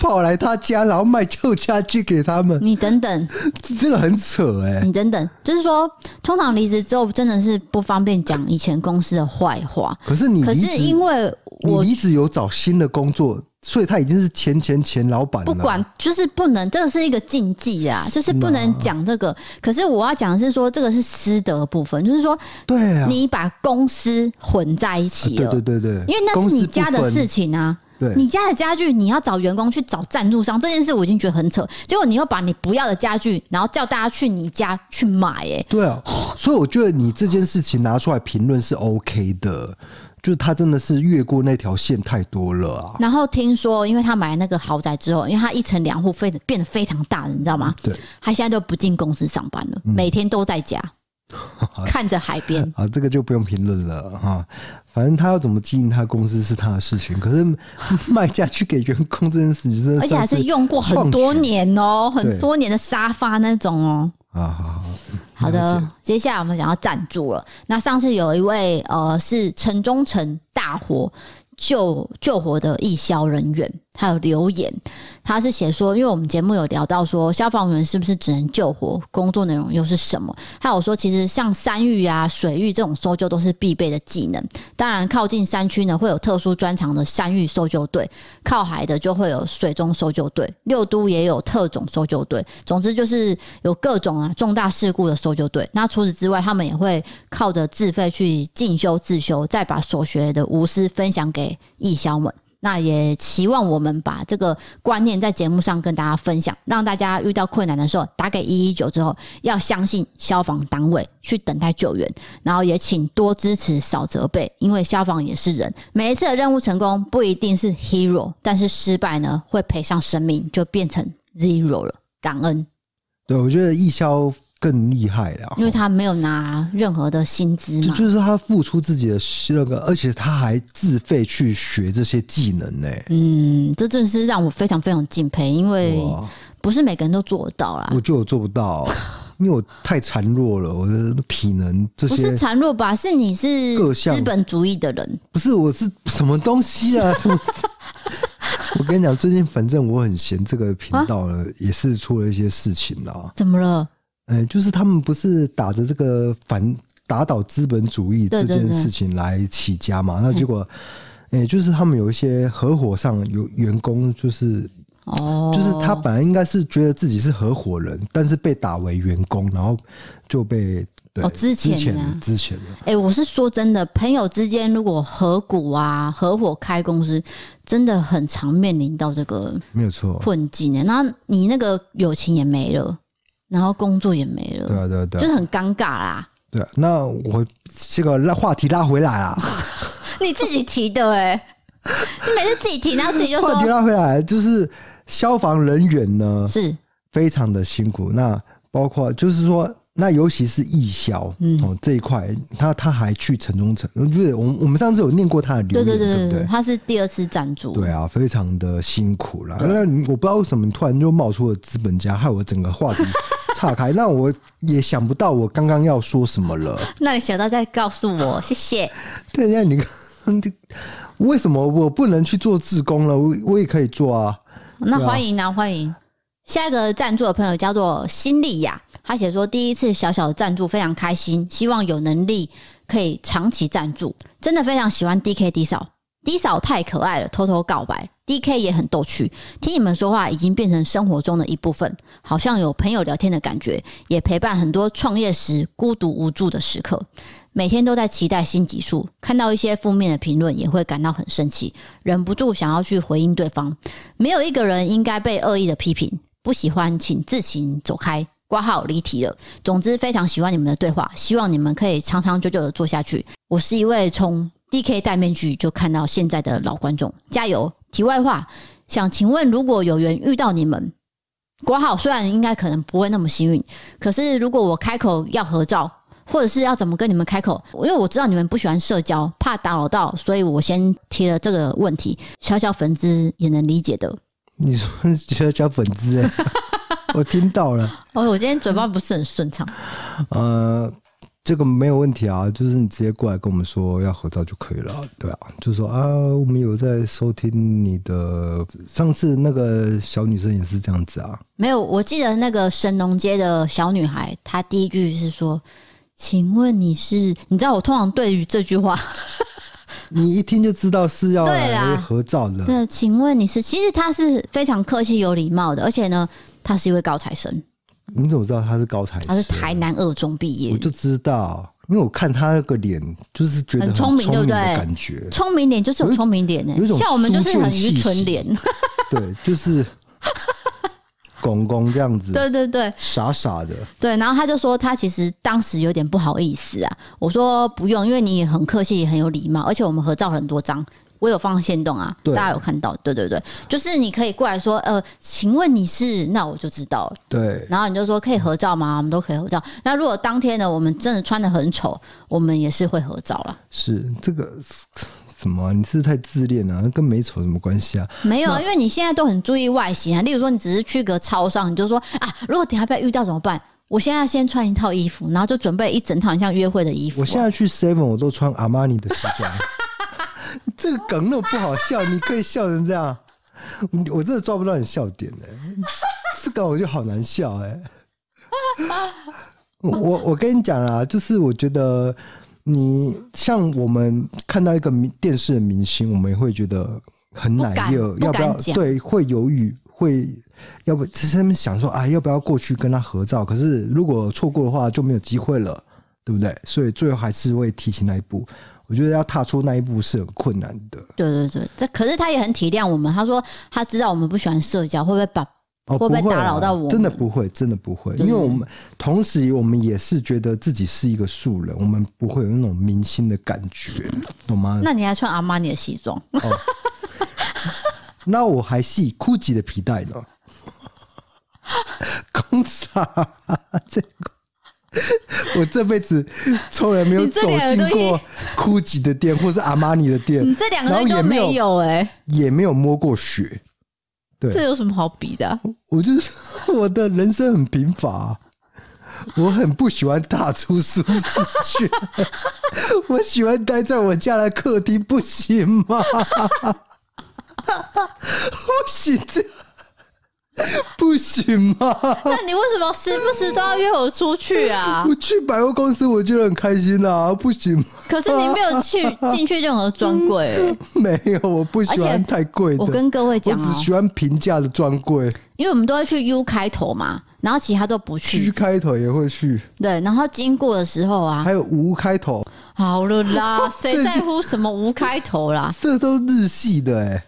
跑来他家，然后卖旧家具给他们？你等 等，这个很扯哎、你等等，就是说，通常离职之后真的是不方便讲以前公司的坏话。可是你可离是职因，为你我离职有找新的工作，所以他已经是前前前老板了。不管，就是不能，这个是一个禁忌啊，就是不能讲这个。可是我要讲的是说，这个是师德的部分，就是说对啊，你把公司混在一啊起对了，对对对，因为那公是司你家不的分事，情啊。对，你家的家具，你要找员工去找赞助商，这件事我已经觉得很扯。结果你又把你不要的家具，然后叫大家去你家去买、哎，对啊，所以我觉得你这件事情拿出来评论是 OK 的，就是他真的是越过那条线太多了啊。然后听说，因为他买那个豪宅之后，因为他一层两户，非得变得非常大了，你知道吗？对嗯他现在都不进公司上班了，每天都在 家看着海边。啊，这个就不用评论了哈、反正他要怎么经营他公司是他的事情，可是 卖家去给员工这件事情真的而且还算是用过很多年哦、很多年的沙发那种哦、啊，好好好的，接下来我们讲到赞助了。那上次有一位呃是城中城大火救救火的义消人员，他有留言，他是写说，因为我们节目有聊到说消防员是不是只能救火，工作内容又是什么？还有说，其实像山域啊、水域这种搜救都是必备的技能。当然，靠近山区呢会有特殊专长的山域搜救队，靠海的就会有水中搜救队，六都也有特种搜救队。总之就是有各种啊重大事故的搜救队。那除此之外，他们也会靠着自费去进修自修，再把所学的无私分享给义消们。那也期望我们把这个观念在节目上跟大家分享，让大家遇到困难的时候打给一一九之后，要相信消防单位去等待救援，然后也请多支持少责备，因为消防也是人，每一次的任务成功不一定是 hero，但是失败呢会赔上生命，就变成 zero 了。感恩，对我觉得义消更厉害了，因为他没有拿任何的薪资就嘛，就是他付出自己的那个，而且他还自费去学这些技能呢、嗯，这真的是让我非常非常敬佩，因为哇，不是每个人都做得到啦。我就有做不到，因为我太孱弱了，我的体能这不些是孱弱吧？是你是各项资本主义的人，不是我是什么东西啊？什么？ 我跟你讲，最近反正我很闲，这个频道啊呢、也是出了一些事情啊。怎么了？呃，就是他们不是打着这个反打倒资本主义对这对件对嗯事情来起家嘛？那结果，诶、就是他们有一些合伙上有员工，就是哦，就是他本来应该是觉得自己是合伙人，但是被打为员工，然后就被对，哦之前之前啊的之前的，哎、我是说真的，朋友之间如果合股啊、合伙开公司，真的很常面临到这个没有错。困境的。然后你那个友情也没了，然后工作也没对了，啊，对啊，对就啊，是很尴尬啦。对啊。那我这个拉话题拉回来 啦，你自己提的哎、你每次自己提，然后自己就 话题说拉回来，就是消防人员呢是非常的辛苦。那包括就是说，那尤其是义消、嗯哦这一块，他他还去城中城，我觉得我们我们上次有念过他的留对对言，对对不对，对？他是第二次赞助，对啊，非常的辛苦啦。那你我不知道为什么突然就冒出了资本家，害我整个话题岔开。那我也想不到我刚刚要说什么了。那你想到再告诉我，谢谢。对呀，你看，为什么我不能去做志工了？我我也可以做啊。那欢迎啊，欢迎。下一个赞助的朋友叫做辛丽雅，她写说第一次小小的赞助非常开心，希望有能力可以长期赞助，真的非常喜欢 D K D 嫂，D 嫂太可爱了，偷偷告白，D K 也很逗趣，听你们说话已经变成生活中的一部分，好像有朋友聊天的感觉，也陪伴很多创业时孤独无助的时刻。每天都在期待新集数，看到一些负面的评论也会感到很生气，忍不住想要去回应对方，没有一个人应该被恶意的批评，不喜欢请自行走开。挂号离题了。总之，非常喜欢你们的对话，希望你们可以长长久久的做下去。我是一位从 DK 戴面具就看到现在的老观众，加油！题外话，想请问，如果有缘遇到你们，挂号虽然应该可能不会那么幸运，可是如果我开口要合照，或者是要怎么跟你们开口，因为我知道你们不喜欢社交，怕打扰到，所以我先提了这个问题，小小粉丝也能理解的。你说小小粉丝、欸，我听到了。哦，我今天嘴巴不是很顺畅。呃，这个没有问题啊，就是你直接过来跟我们说要合照就可以了。对啊，就说啊，我们有在收听你的。上次那个小女生也是这样子啊，没有，我记得那个神农街的小女孩，她第一句是说：“请问你是？”你知道我通常对于这句 话，你一听就知道是要对啦来合照的。对，请问你是？其实她是非常客气、有礼貌的，而且呢，她是一位高材生，你怎么知道她是高材生？她是台南二中毕我业，就知道，因为我看他那个脸，就是觉得很聪聪明的对不对，感觉聪明点就是有聪明点呢、欸有一种像我们就是很愚书卷气息蠢脸， 对，就是公公这样子，对对对。傻傻的。对，然后他就说他其实当时有点不好意思啊。我说不用，因为你也很客气，也很有礼貌，而且我们合照很多张，我有放线动啊，大对家有看到？对对对，就是你可以过来说，呃，请问你是？那我就知道了。对，然后你就说可以合照吗？我们都可以合照。那如果当天呢，我们真的穿的很丑，我们也是会合照啦。是这个什么啊、你是不是太自恋了、跟美丑有什么关系啊？没有，啊，因为你现在都很注意外形啊。例如说，你只是去个超商，你就说啊，如果等一下被遇到怎么办？我现在先穿一套衣服，然后就准备一整套很像约会的衣服啊、我现在去 Seven 我都穿阿玛尼的西装， 这个梗那么不好笑，你可以笑成这样，我我真的抓不到你笑点哎、这个我就好难笑哎、 我我我跟你讲啊，就是我觉得你像我们看到一个明电视的明星，我们也会觉得很不奶敢油，不要敢不要讲对会犹豫会。要不，只是他们想说，啊，要不要过去跟他合照？可是如果错过的话，就没有机会了。对不对？所以最后还是会提起那一步。我觉得要踏出那一步是很困难的。对对对，这可是他也很体谅我们。他说他知道我们不喜欢社交，会不会把哦，会不会啊打扰到我们真的不会，真的不会，因为我们同时我们也是觉得自己是一个素人，我们不会有那种明星的感觉，懂吗？那你还穿阿玛尼的西装？那我还系 GUCCI 的皮带呢，公傻这个，我这辈子从来没有你这走两个进东西过 GUCCI 的店或是阿玛尼的店，嗯你这两个然东西都后也没没有哎、也没有摸过雪。对这有什么好比的啊、我就是我的人生很贫乏、我很不喜欢踏出舒适 区，我喜欢待在我家的客厅，不行吗？不行这不行吗？那你为什么时不时都要约我出去 啊？我去百货公司，我觉得很开心啊，不行吗？可是你没有去进去任何专柜欸、没有，我不喜而欢且太贵的，我跟各位我讲嗯只哦、喜欢平价的专柜。因为我们都会去 U 开头嘛，然后其他都不去区。开头也会去，对，然后经过的时候啊，还有吴开头，好了 啦，谁这在是乎什么无开头啦？这都日系的哎、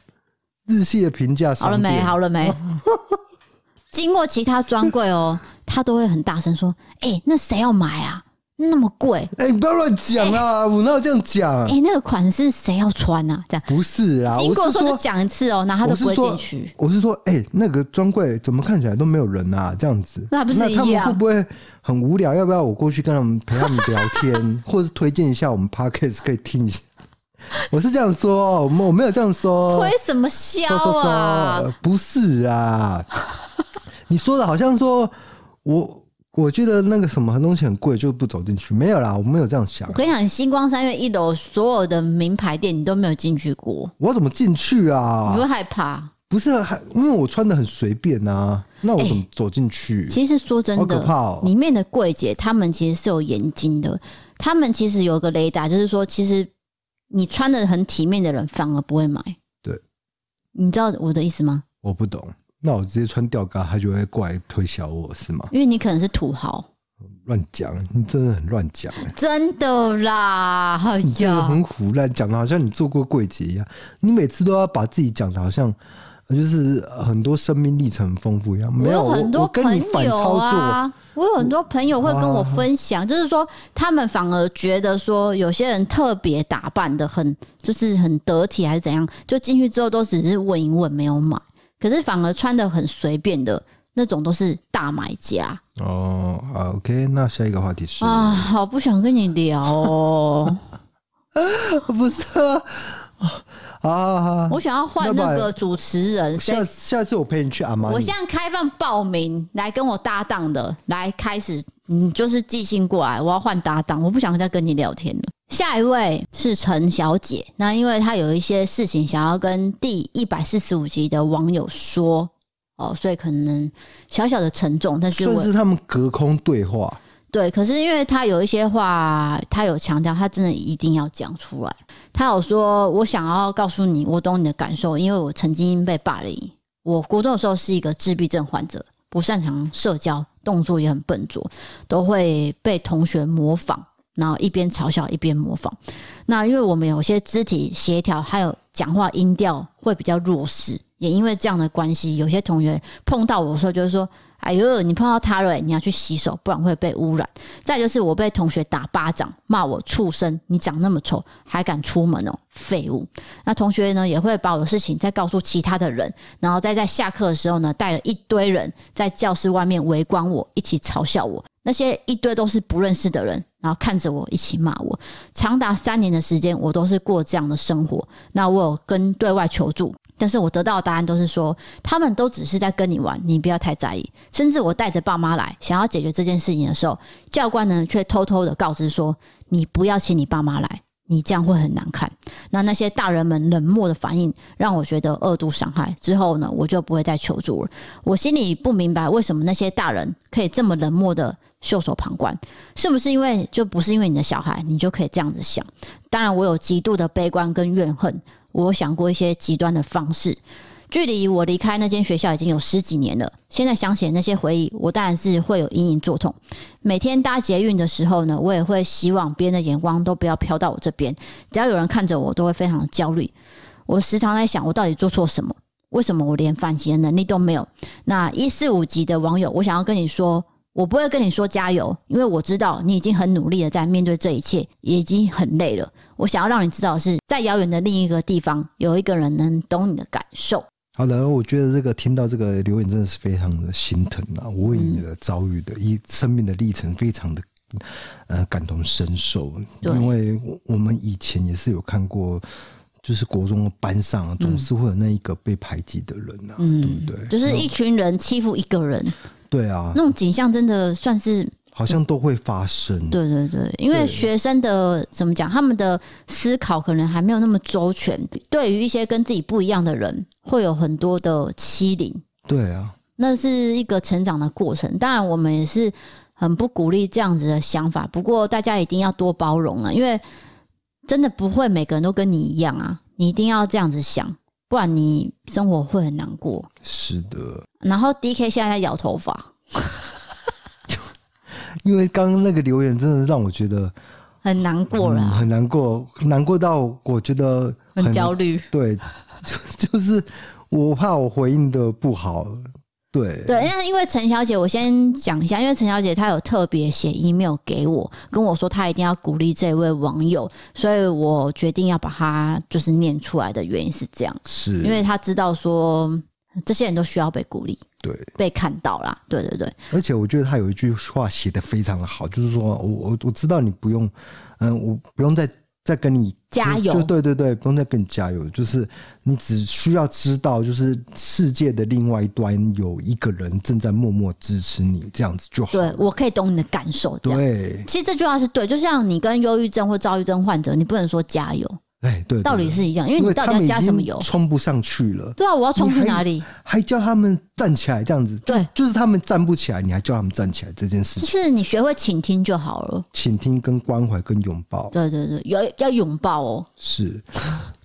日系的平价商好了没？店好了 没？经过其他专柜哦，他都会很大声说：“哎、那谁要买啊？那么贵！哎、你不要乱讲啊！我哪有这样讲哎、？那个款式谁要穿啊？”这样不是啦，经我过的是时候就说，讲一次哦，然后他我都不是会进说去。，我是说，哎、那个专柜怎么看起来都没有人啊？这样子，那还不是他一们样会不会很无聊？要不要我过去跟他们陪他们聊 天，或者是推荐一下我们 podcast 可以听一下？我是这样说，哦我没我没有这样说，哦推什么说销说说，啊？呃不是 啊，你说的好像说我，我觉得那个什么东西很贵，就不走进去，没有啦，我没有这样想我，跟你讲，星光三月一楼所有的名牌店，你都没有进去过，我怎么进去你啊？会害怕。不是啊，还因为我穿的很随便啊，那我怎么哎走进去？其实说真好的，可怕哦里面的柜姐她们其实是有眼睛的，她们其实有个雷达，就是说，其实你穿的很体面的人反而不会买。对，你知道我的意思吗？我不懂，那我直接穿吊嘎，他就会过来推销我是吗？因为你可能是土豪，乱讲，你真的很乱讲、欸。真的啦，哎真的呀，很腐烂，讲的好像你做过柜姐一样。你每次都要把自己讲的好像呃就是很多生命历程丰富一样。我没有我很多我跟朋你反友操作，嗯啊，我有很多朋友会跟我哇分享，就是说他们反而觉得说有些人特别打扮的很，就是很得体还是怎样，就进去之后都只是问一问没有买，可是反而穿的很随便的那种都是大买家哦，好，OK，那下一个话题是，啊，好不想跟你聊 哦，不是啊？啊啊，我想要换那个主持人，谁下下次我陪你去阿玛我尼现。在开放报名来跟我搭档的，来开始，嗯，就是寄信过来，我要换搭档，我不想再跟你聊天了。下一位是陈小姐，那因为她有一些事情想要跟第一百四十五集的网友说，哦，所以可能小小的沉重，但是算我是他们隔空对话，对，可是因为他有一些话，他有强调，他真的一定要讲出来。他有说：“我想要告诉你，我懂你的感受，因为我曾经被霸凌。我国中的时候是一个自闭症患者，不擅长社交，动作也很笨拙，都会被同学模仿，然后一边嘲笑一边模仿。那因为我们有些肢体协调，还有讲话音调会比较弱势，也因为这样的关系，有些同学碰到我的时候，就是说：“哎呦，你碰到他了、你要去洗手，不然会被污染。”再就是我被同学打巴掌，骂我畜生，你长那么丑还敢出门哦，废物！那同学呢也会把我的事情再告诉其他的人，然后再在下课的时候呢，带了一堆人在教室外面围观我，一起嘲笑我。那些一堆都是不认识的人，然后看着我一起骂我。长达三年的时间，我都是过这样的生活。那我有跟对外求助，但是我得到的答案都是说，他们都只是在跟你玩，你不要太在意。甚至我带着爸妈来想要解决这件事情的时候，教官呢却偷偷的告知说，你不要请你爸妈来，你这样会很难看。那那些大人们冷漠的反应，让我觉得呃二度伤害。之后呢，我就不会再求助了。我心里不明白为什么那些大人可以这么冷漠的袖手旁观，是不是因为就不是因为你的小孩，你就可以这样子想？当然，我有极度的悲观跟怨恨，我有想过一些极端的方式。距离我离开那间学校已经有十几年了，现在想起那些回忆，我当然是会有隐隐作痛。每天搭捷运的时候呢，我也会希望别人的眼光都不要飘到我这边，只要有人看着我，都会非常的焦虑。我时常在想，我到底做错什么？为什么我连反击的能力都没有？那一四五级的网友，我想要跟你说，我不会跟你说加油，因为我知道你已经很努力的在面对这一切，也已经很累了。我想要让你知道的是，在遥远的另一个地方，有一个人能懂你的感受。好的，我觉得这个听到这个留言真的是非常的心疼啊！嗯我为你的遭遇的一生命的历程非常的呃感同身受，对因为我我们以前也是有看过，就是国中的班上、啊、总是会有那一个被排挤的人啊，对嗯不对？就是一群人欺负一个人，对啊那，种景象真的算是好像都会发生。对对对，因为对学生的怎么讲，他们的思考可能还没有那么周全，对于一些跟自己不一样的人，会有很多的欺凌，对啊，那是一个成长的过程。当然，我们也是很不鼓励这样子的想法，不过大家一定要多包容啊，因为真的不会每个人都跟你一样啊，你一定要这样子想，不然你生活会很难过。是的，然后 D K 现在在摇头发，因为刚刚那个留言真的让我觉得很难过嗯啦，很难过，难过到我觉得很焦虑。 对，就 就是我怕我回应的不好，对，对，但是因为陈小姐，我先讲一下，因为陈小姐她有特别写 email 给我，跟我说她一定要鼓励这位网友，所以我决定要把她就是念出来的原因是这样，是因为她知道说这些人都需要被鼓励、对，被看到啦。对对对，而且我觉得他有一句话写的非常的好，就是说我我我知道你不用，嗯，我不用再再跟你加油就对对对，不用再跟你加油，就是你只需要知道，就是世界的另外一端有一个人正在默默支持你，这样子就好。对我可以懂你的感受，这样。对，其实这句话是对，就像你跟忧郁症或躁郁症患者，你不能说加油，哎对，对道理对是一样，因为因你为到他底要们已加什么经油？冲不上去了，对啊，我要冲去哪里？还叫他们站起来这样子，对，就是他们站不起来，你还叫他们站起来这件事就情，是你学会倾听就好了。倾听跟关怀跟拥抱。对对对，要要拥抱哦。是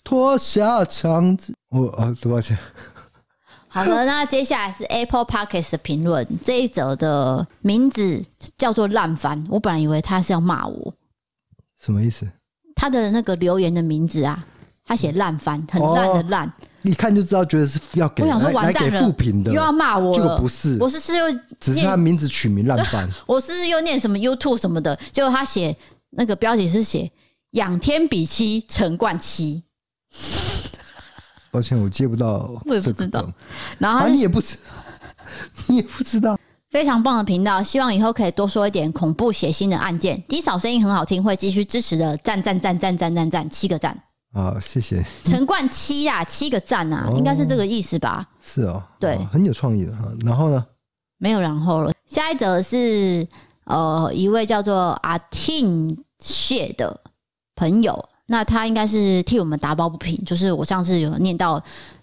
脱下长子，我啊，多少钱？好的，那接下来是 Apple Podcast 的评论，这一则的名字叫做“烂番”。我本来以为他是要骂我，什么意思？他的那个留言的名字啊，他写“烂番”，很烂的烂。一看就知道，觉得是要给我想说来完来蛋给了复评的又，要骂我结果了。不是，我是是又只是念他名字取名烂 番，我是又念什么 YouTube 什么的，结果他写那个标题是写“仰天比妻陈冠希抱歉，我接不到，我也不知道，”，然后啊，他就你也不知， 你也不知道，非常棒的频道，希望以后可以多说一点恐怖血腥的案件。低嫂声音很好听，会继续支持的，赞赞赞赞赞赞赞，七个赞。啊，谢谢，陈冠希啦，七个赞啊，哦应该是这个意思吧？是哦，对哦很有创意的哈。然后呢，没有然后了。下一则是呃一位叫做阿 Tin 谢的朋友，那他应该是替我们打抱不平，就是我上次有念到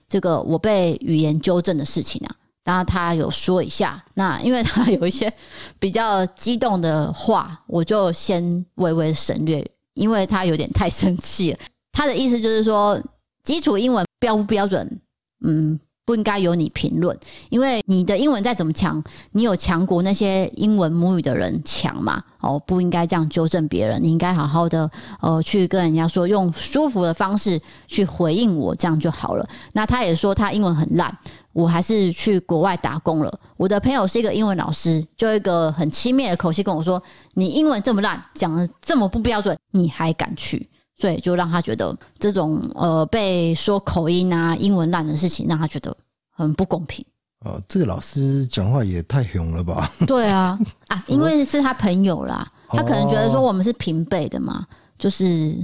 这个我被语言纠正的事情啊。然后他有说一下，那因为他有一些比较激动的话，我就先微微省略，因为他有点太生气了。他的意思就是说，基础英文标不标准，嗯，不应该由你评论。因为你的英文再怎么强，你有强国那些英文母语的人强嘛？哦，不应该这样纠正别人，你应该好好的呃去跟人家说，用舒服的方式去回应我，这样就好了。那他也说他英文很烂，我还是去国外打工了。我的朋友是一个英文老师，就一个很轻蔑的口气跟我说：“你英文这么烂，讲的这么不标准，你还敢去？”所以就让他觉得这种呃被说口音啊、英文烂的事情，让他觉得很不公平。哦，这个老师讲话也太凶了吧？对 啊，啊，因为是他朋友啦，他可能觉得说哦我们是平辈的嘛，就是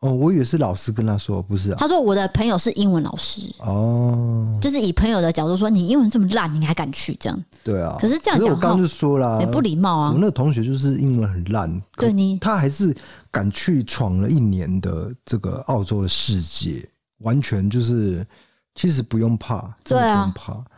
哦，我以为是老师跟他说，不是啊，他说我的朋友是英文老师，哦，就是以朋友的角度说你英文这么烂，你还敢去这样，对啊。可是这样我讲刚话刚就说啦，也不礼貌啊我。那个同学就是英文很烂，可对你他还是敢去闯了一年的这个澳洲的世界，完全就是其实不用怕，真对的啊不用怕。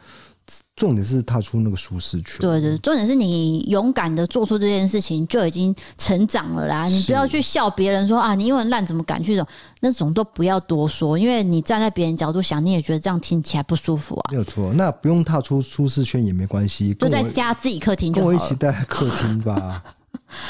重点是踏出那个舒适圈。对啊对，重点是你勇敢的做出这件事情，就已经成长了啦。你是不要去笑别人说啊，你英文烂怎么敢去的那种都不要多说，因为你站在别人角度想，你也觉得这样听起来不舒服啊。没有错。那不用踏出舒适圈也没关系，就跟在我家自己客厅就跟好我一了起。待在客 厅吧，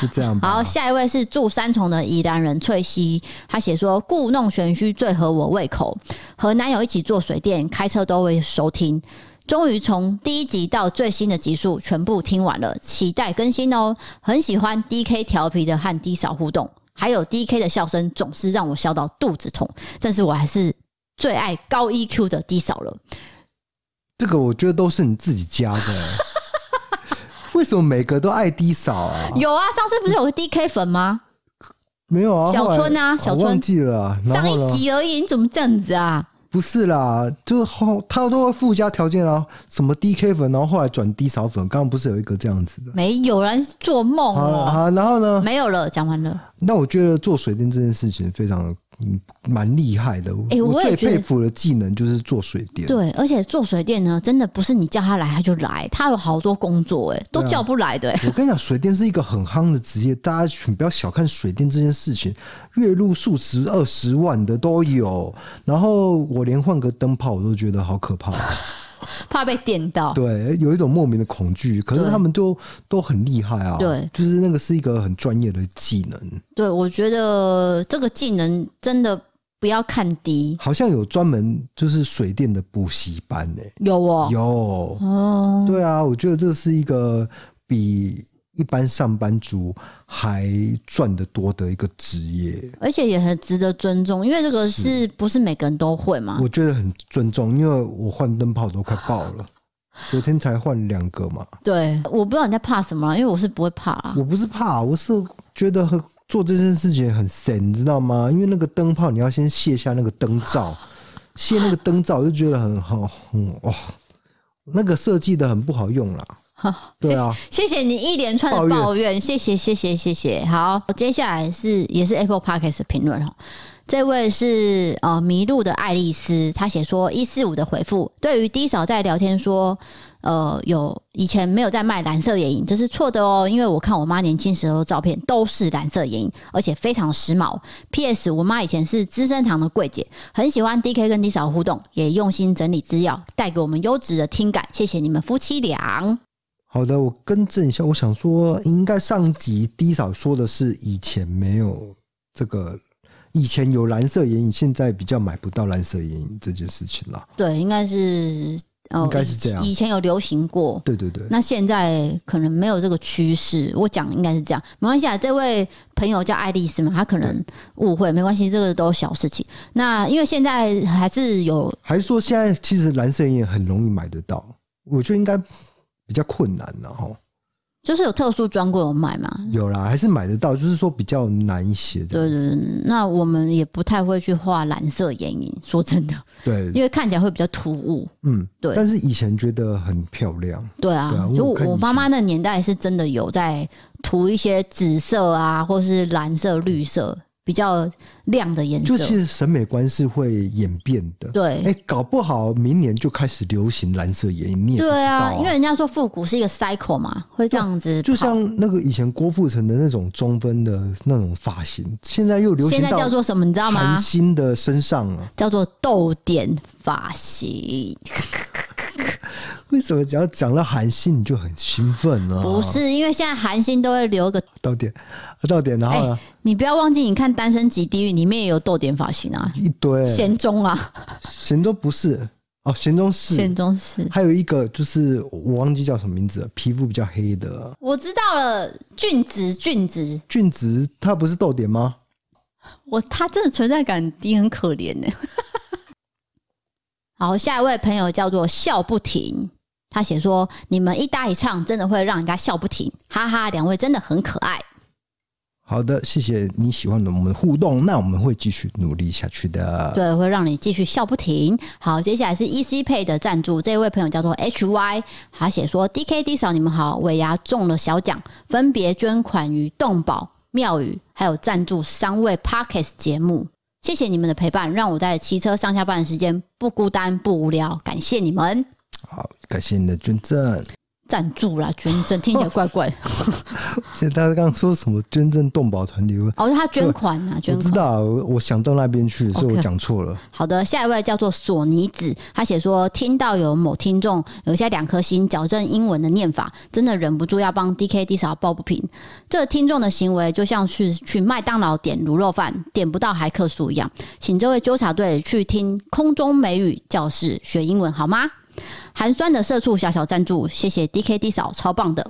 就这样吧。好，下一位是住三重的宜兰人翠西，他写说故弄玄虚最合我胃口，和男友一起做水电，开车都会收听。终于从第一集到最新的集数全部听完了，期待更新哦！很喜欢 D K 调皮的和 D 嫂互动，还有 D K 的笑声总是让我笑到肚子痛，但是我还是最爱高 E Q 的 D 嫂了。这个我觉得都是你自己加的、 为什么每个都爱低扫啊？有啊，上次不是有个 D K 粉吗？没有啊？小后来春啊我小春忘记了啊。然上后一呢集而已，你怎么这样子啊？不是啦，就是后他都会附加条件啊，什么 DK 粉，然后后来转低扫粉，刚刚不是有一个这样子的？没有啦，你做梦好哦、啊，然后呢？没有了，讲完了。那我觉得做水电这件事情非常嗯蛮厉害的。诶哎我我也最觉得佩服的技能就是做水电。对，而且做水电呢，真的不是你叫他来他就来，他有好多工作哎、都对啊叫不来的、哎。我跟你讲，水电是一个很夯的职业，大家请不要小看水电这件事情，月入数十、二十万的都有。然后我连换个灯泡我都觉得好可怕、怕被电到。 对，有一种莫名的恐惧。可是对他们都都很厉害啊，对，就是那个是一个很专业的技能，对，我觉得这个技能真的不要看低，好像有专门就是水电的补习班呢、有哦，有，哦，对啊，我觉得这是一个比一般上班族还赚得多的一个职业，而且也很值得尊重，因为这个是不是每个人都会嘛？我觉得很尊重，因为我换灯泡都快爆了，昨天才换两个嘛。对，我不知道你在怕什么，因为我是不会怕啦。我不是怕，我是觉得很做这件事情很神，你知道吗？因为那个灯泡，你要先卸下那个灯罩，卸那个灯罩，我就觉得很好，嗯哇、那个设计的很不好用啦。对啊，谢谢你一连串的抱怨抱怨，谢谢谢谢谢谢。好，接下来是也是 Apple Podcast 的评论哦。这位是呃迷路的爱丽丝，她写说一四五的回复，对于低嫂在聊天说，呃有以前没有在卖蓝色眼影，这是错的哦，因为我看我妈年轻时候的照片都是蓝色眼影，而且非常时髦。P.S. 我妈以前是资生堂的柜姐，很喜欢 D.K 跟 D 嫂互动，也用心整理资料，带给我们优质的听感，谢谢你们夫妻俩。好的，我更正一下，我想说，应该上集低嫂说的是以前没有这个，以前有蓝色眼影，现在比较买不到蓝色眼影这件事情啦。对，应该是呃，应该是这样以以前有流行过，对对对，那现在可能没有这个趋势。我讲应该是这样，没关系啊。这位朋友叫爱丽丝嘛，她可能误会，没关系，这个都小事情。那因为现在还是有还是说现在其实蓝色眼影很容易买得到，我觉得应该比较困难然后。就是有特殊专柜有卖嘛。有啦，还是买得到，就是说比较难一些的。对对对，那我们也不太会去画蓝色眼影，说真的，对因为看起来会比较突兀。嗯，对但是以前觉得很漂亮，对啊，对啊我就有我看我以妈前妈那年代是真的有在涂一些紫色啊，或是蓝色、绿色比较亮的颜色。就其实审美观是会演变的。对哎、搞不好明年就开始流行蓝色眼影，你也不知道、啊对啊，因为人家说复古是一个 cycle 嘛，会这样子跑。就像那个以前郭富城的那种中分的那种发型，现在又流行现在到叫做什么，你知道吗韩？星的身上了、啊。叫做逗点发型，为什么只要讲到韩星你就很兴奋啊呢、不，是因为现在韩星都会留个，哎到点，呃到点，然后呢、你不要忘记，你看《单身级地狱》里面也有逗点发型啊，一堆贤忠啊，咸都不是哦，咸都是贤忠是。还有一个就是我忘记叫什么名字了，皮肤比较黑的我知道了，俊子，俊子，俊子，他不是豆点吗？我他真的存在感低，很可怜呢。 好，下一位朋友叫做笑不停，他写说：“你们一搭一唱，真的会让人家笑不停，哈哈，两位真的很可爱。好的，谢谢你喜欢我们的互动，那我们会继续努力下去的。对，会让你继续笑不停。好，接下来是 E C Pay 的赞助，这位朋友叫做 H Y，他写说：D K D 嫂你们好，尾牙中了小奖，分别捐款于动保、庙宇，还有赞助三位 Parkes 节目。谢谢你们的陪伴，让我在骑车上下班的时间不孤单不无聊，感谢你们好，感谢你的捐赠。赞助啦，捐赠听起来怪怪的现在大家刚刚说什么捐赠动保团体？我哦，他捐款啊，捐我知款。道，我我想到那边去，所以 OK 我讲错了。好的，下一位叫做索尼子，他写说听到有某听众留下两颗星矫正英文的念法，真的忍不住要帮 D K D 嫂抱不平。这个听众的行为就像是去麦当劳点卤肉饭点不到还克数一样，请这位纠察队去听空中美语教室学英文好吗？寒酸的社畜小小赞助，谢谢 D K D 嫂，超棒的。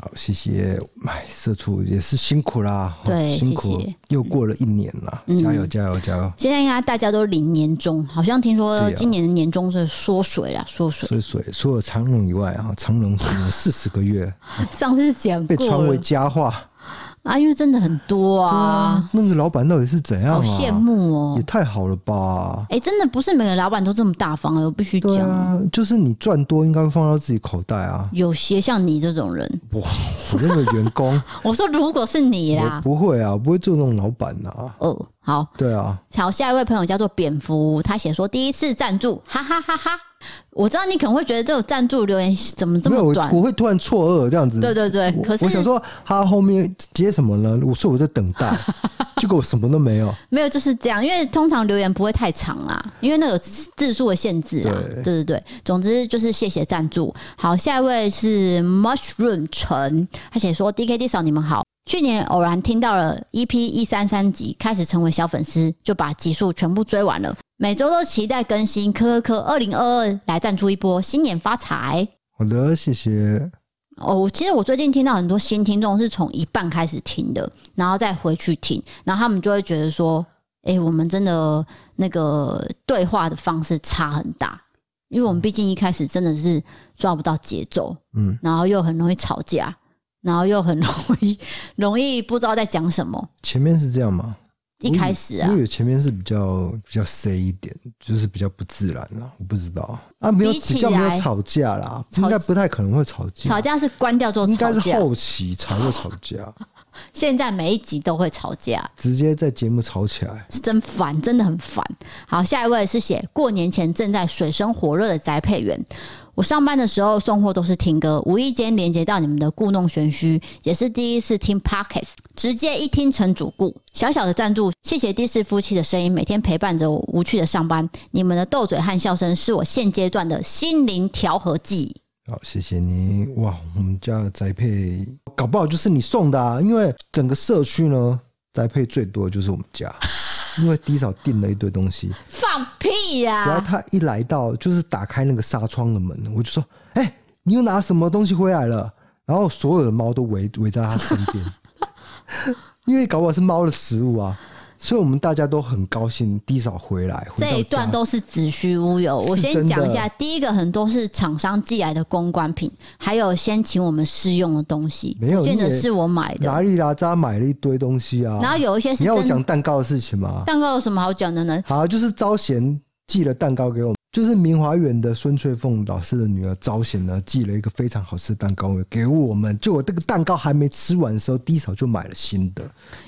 好，谢谢。哎，社畜也是辛苦啦，对辛苦谢谢，又过了一年啦，嗯加油，加油，加油！现在应该大家都领年终，好像听说对啊今年的年终是缩水啦，缩水。所以，所以除了长隆以外嗯啊，长隆是四十 个月上次讲被过传为了佳话。啊，因为真的很多啊。那个老板到底是怎样、好啊？羡慕哦也！太好了吧？哎、真的不是每个老板都这么大方、欸，我必须对讲。啊，就是你赚多应该会放到自己口袋啊。有些像你这种人， 哇，我那个员工，我说如果是你我啦，不会啊，我不会做那种老板啊。哦，好对啊，好，下一位朋友叫做蝙蝠，他写说第一次赞助，哈哈哈哈。我知道你可能会觉得这种赞助留言怎么这没有么我短，我会突然错愕这样子。对对对我可是我想说他后面接什么呢？我说我在 等待，结果我什么都没有。没有就是这样，因为通常留言不会太长啦，因为那有字数的限制啊。对对对对，总之就是谢谢赞助。好，下一位是 Mushroom 陈，他写说 D K D 嫂你们好。去年偶然听到了 EP 一三三集，开始成为小粉丝，就把集数全部追完了。每周都期待更新，科科科二零二二来赞助一波，新年发财！好的，谢谢。哦，我其实我最近听到很多新听众是从一半开始听的，然后再回去听，然后他们就会觉得说，诶，我们真的那个对话的方式差很大，因为我们毕竟一开始真的是抓不到节奏，嗯，然后又很容易吵架，然后又很容易容易不知道在讲什么。前面是这样吗？一开始啊我以，为前面是比较比较 C 一点，就是比较不自然啦。我不知道啊，没有比起比较没来有吵架啦，吵应该不太可能会吵架。吵架是关掉之后啊应该吵是架，后期才会吵架，现在每一集都会吵架。直接在节目吵起来。是真烦，真的很烦。好，下一位是写过年前正在水深火热的宅配员。我上班的时候送货都是听歌，无意间连接到你们的故弄玄虚，也是第一次听 Pockets，直接一听成主顾。小小的赞助，谢谢的士夫妻的声音，每天陪伴着我无趣的上班。你们的斗嘴和笑声是我现阶段的心灵调和剂。好，谢谢你哇！我们家的宅配搞不好就是你送的啊，因为整个社区呢，宅配最多的就是我们家，因为低嫂订了一堆东西，放屁呀、只要他一来到，就是打开那个纱窗的门，我就说：“哎、你又拿什么东西回来了？”然后所有的猫都围围在他身 边，因为搞不好是猫的食物啊，所以我们大家都很高兴低嫂回来。回到这一段家都是子虚乌有。是我先真的讲一下，第一个很多是厂商寄来的公关品，还有先请我们试用的东西，没有不见得你也是我买的。拉里拉扎买了一堆东西啊。然后有一些是你要我真讲蛋糕的事情吗？蛋糕有什么好讲的呢？好，就是招贤寄了蛋糕给我们，就是明华园的孙翠凤老师的女儿招贤呢，寄了一个非常好吃的蛋糕给我们。就我这个蛋糕还没吃完的时候，低嫂就买了新的，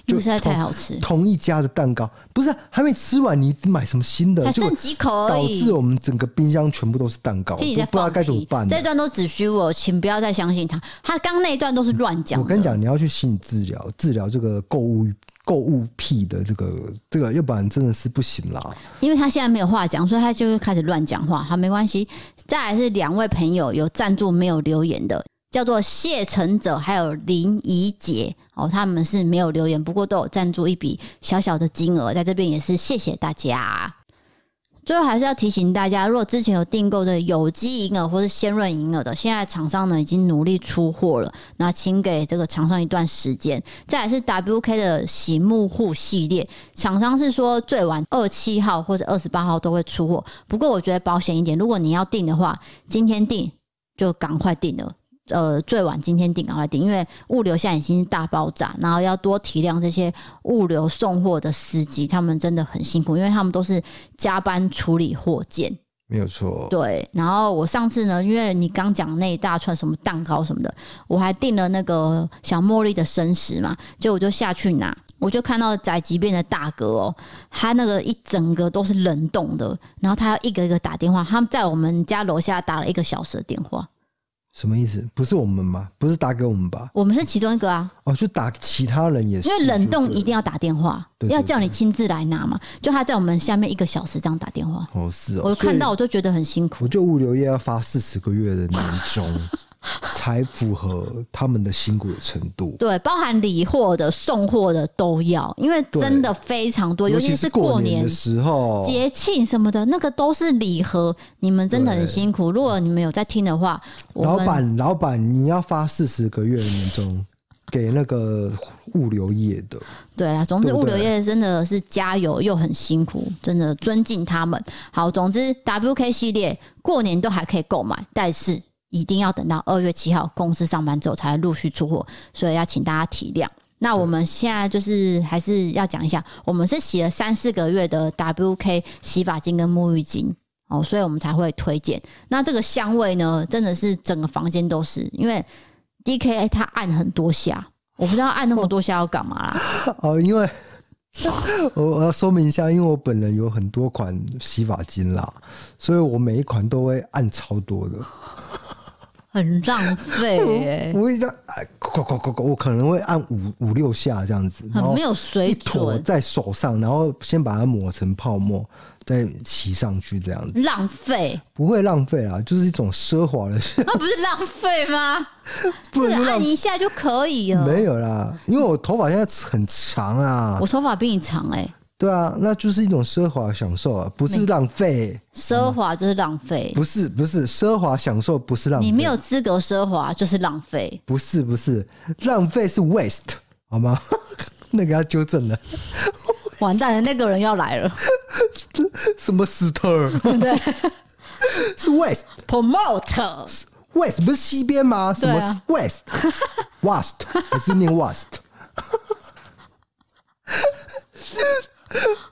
因就为实在太好吃，同一家的蛋糕，不是啊、还没吃完，你买什么新的？才就剩几口而导已。致我们整个冰箱全部都是蛋糕，我自都己不在知道放该怎么屁办。啊这段都子虚乌有，请不要再相信他。他刚那一段都是乱讲。我跟你，讲，你要去心理治疗，治疗这个购物购物癖的这个这个，要不然真的是不行啦。因为他现在没有话讲，所以他就会开始乱讲话。好，没关系。再来是两位朋友有赞助没有留言的，叫做谢承者还有林怡杰哦，他们是没有留言，不过都有赞助一笔小小的金额，在这边也是谢谢大家。最后还是要提醒大家，如果之前有订购的有机银耳或是鲜润银耳的，现在厂商呢已经努力出货了，那请给这个厂商一段时间。再来是 WK 的洗木护系列，厂商是说最晚二七号或者二十八号都会出货，不过我觉得保险一点，如果你要订的话，今天订就赶快订了。呃，最晚今天订，赶快订，因为物流现在已经是大爆炸，然后要多体谅这些物流送货的司机，他们真的很辛苦，因为他们都是加班处理货件。没有错，对，然后我上次呢，因为你刚讲那一大串什么蛋糕什么的，我还订了那个小茉莉的生食嘛，结果我就下去拿，我就看到宅急便的大哥哦，他那个一整个都是冷冻的，然后他要一个一个打电话，他们在我们家楼下打了一个小时的电话，什么意思？不是我们吗？不是打给我们吧？我们是其中一个啊，哦，就打其他人也是，因为冷冻就一对定要打电话，对对要叫你亲自来拿嘛，就他在我们下面一个小时这样打电话，了哦是哦，我看到所我就觉得很辛以苦。我就物流业要发四十个月的年 终，才符合他们的辛苦的程度。对，包含理货的、送货的都要，因为真的非常多，尤其是过年的、时候，节庆什么的，那个都是礼盒。你们真的很对辛苦。如果你们有在听的话，我老们板老板，你要发四十个月的年终给那个物流业的，对啦，总之对不物对流业真的是加油又很辛苦，真的尊敬他们。好，总之 WK 系列过年都还可以购买，但是一定要等到二月七号公司上班之后才陆续出货，所以要请大家体谅。那我们现在就是还是要讲一下，我们是洗了三四个月的 WK 洗发精跟沐浴精哦，所以我们才会推荐。那这个香味呢，真的是整个房间都是，因为 DKA 它按很多下，我不知道按那么多下要干嘛啦。哦，因为 我我要说明一下，因为我本人有很多款洗发精啦，所以我每一款都会按超多的。很浪费 耶、我一直哎，咕咕咕咕咕我可能会按五五六下这样子，然后很没有水一坨准，在手上，然后先把它抹成泡沫，再骑上去这样子，浪 费，不会浪费啦，就是一种奢华的事，那不是浪费吗？ 不能是说按浪一下就可以了。没有啦，因为我头发现在很长啊我，头发比你长哎、对啊，那就是一种奢华享受啊，不是浪费，奢华就是浪费，不是不是奢华享受，不是浪嗯费，你没有资格奢华就是浪费。不是不是，浪费是 waste 好吗？ 那个要纠正了，完蛋了，那个人要来 了，什么 stir 对是 waste ，promote waste 不是西边吗？什么对啊 waste waste 还是念 waste？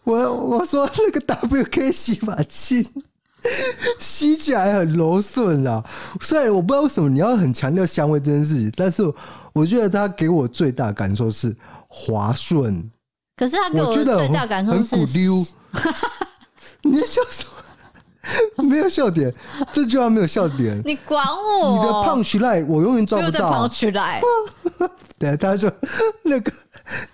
我我说那个 WK 洗发精吸起来很柔顺啦，虽然我不知道为什么你要很强调香味这件事情，但是我觉得它给我最大感受是滑顺。可是他给我我觉得最很大感受很哦是骨 溜。你在笑什么？没有笑点，这句话没有笑点。你管你我，的胖起来，我永远抓不用不再跑到。起来，对，他说那个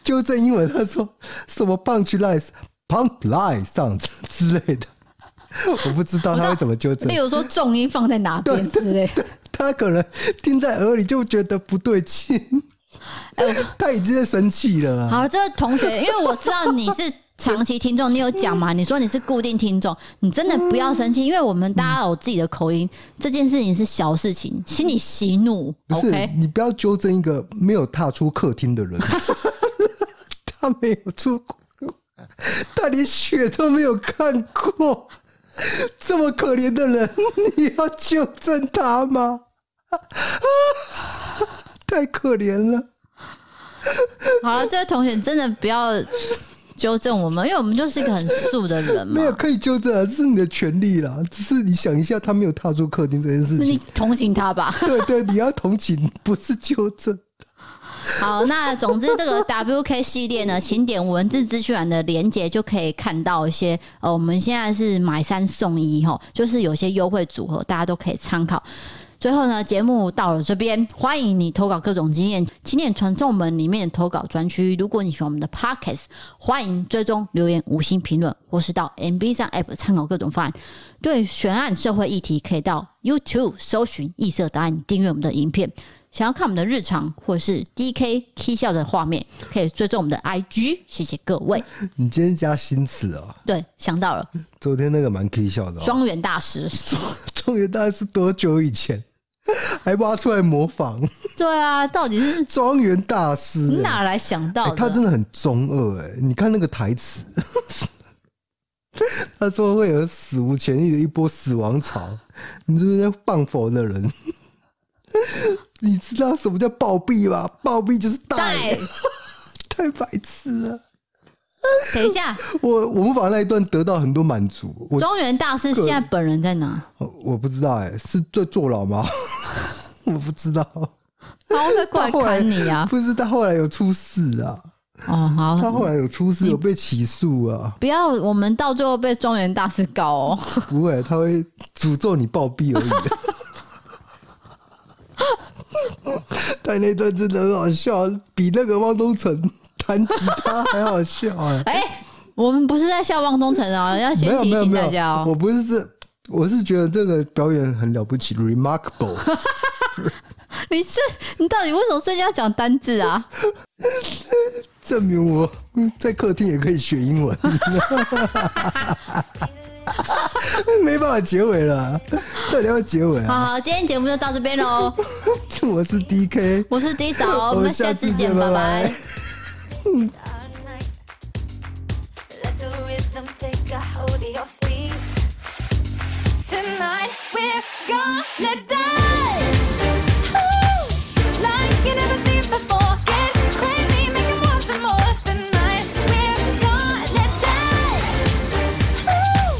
纠正英文，他说什么胖起来、胖来上之类的， 我不知道他会怎么纠正例。如说重音放在哪边之类。他可能听在耳里就觉得不对劲， 他已经在生气了啊。好，这个同学，因为我知道你是长期听众，你有讲嘛？你说你是固定听众，你真的不要生气，因为我们大家有自己的口音，这件事情是小事情，请你息怒嗯不是，OK？你不要纠正一个没有踏出客厅的人， 他没有出过，他连雪都没有看过，这么可怜的人，你要纠正他吗？ 太可怜了，好了，这位同学真的不要纠正我们，因为我们就是一个很素的人嘛没。有可以纠正啊，这是你的权利啦。只是你想一下，他没有踏出客厅这件事那你情，同情他吧。 对对，你要同情，不是纠正。好，那总之这个 WK 系列呢，请点文字资讯栏的连接就可以看到一些呃，我们现在是买三送一哈，就是有些优惠组合，大家都可以参考。最后呢，节目到了这边，欢迎你投稿各种经验，请点传送门里面的投稿专区。如果你喜欢我们的 Podcast，欢迎追踪留言、五星评论，或是到 MB 上 App 参考各种方案。对悬案社会议题，可以到 YouTube 搜寻“异色答案”，订阅我们的影片。想要看我们的日常或是 DK K 笑的画面，可以追踪我们的 IG。谢谢各位。你今天加新词哦，对，想到了，昨天那个蛮可以笑的、哦。庄园大师。状元大概是多久以前？还挖出来模仿 对啊，到底是庄园大师、欸哪来想到欸的？他真的很中二哎、你看那个台词， 他说会有史无前例的一波死亡潮，你是不是在放佛的人？你知道什么叫暴毙吗？暴毙就是带，带。太白痴了。等一下，我我模仿那一段得到很多满足， 我庄园大师现在本人在 哪？我不知道哎、是在坐牢吗？ 我不知道。哦他会不会过来砍你啊！不是他后来有出事啊，哦，他好，后来有出事，有被起诉啊。不要，我们到最后被庄园大师告哦。！不会，他会诅咒你暴毙而已。他那段真的很好笑，比那个汪东城 弹吉他还好笑啊哎、我们不是在笑汪东城啊，要没先有提没有醒没大家有，我哦。不是这，我是觉得这个表演很了不起，remarkable。你睡，你到底为什么睡觉要讲单字啊？证明我嗯在客厅也可以学英文。 没办法结尾了，到底要不要结尾啊？好好，今天节目就到这边喽。我是 DK，我是 D 嫂，我我们们下下次次见，见拜拜拜拜。 all night. Let the rhythm take a hold of your feet. Tonight we're gonna dance. Ooh, like you never seen before. Get crazy, make it more and more. Tonight we're gonna dance. Ooh,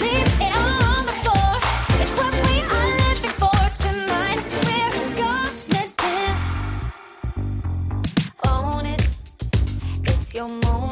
leave it all on the floor. It's what we are living for. Tonight we're gonna dance. Own it. It's your moment.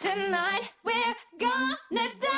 tonight. We're gonna dance.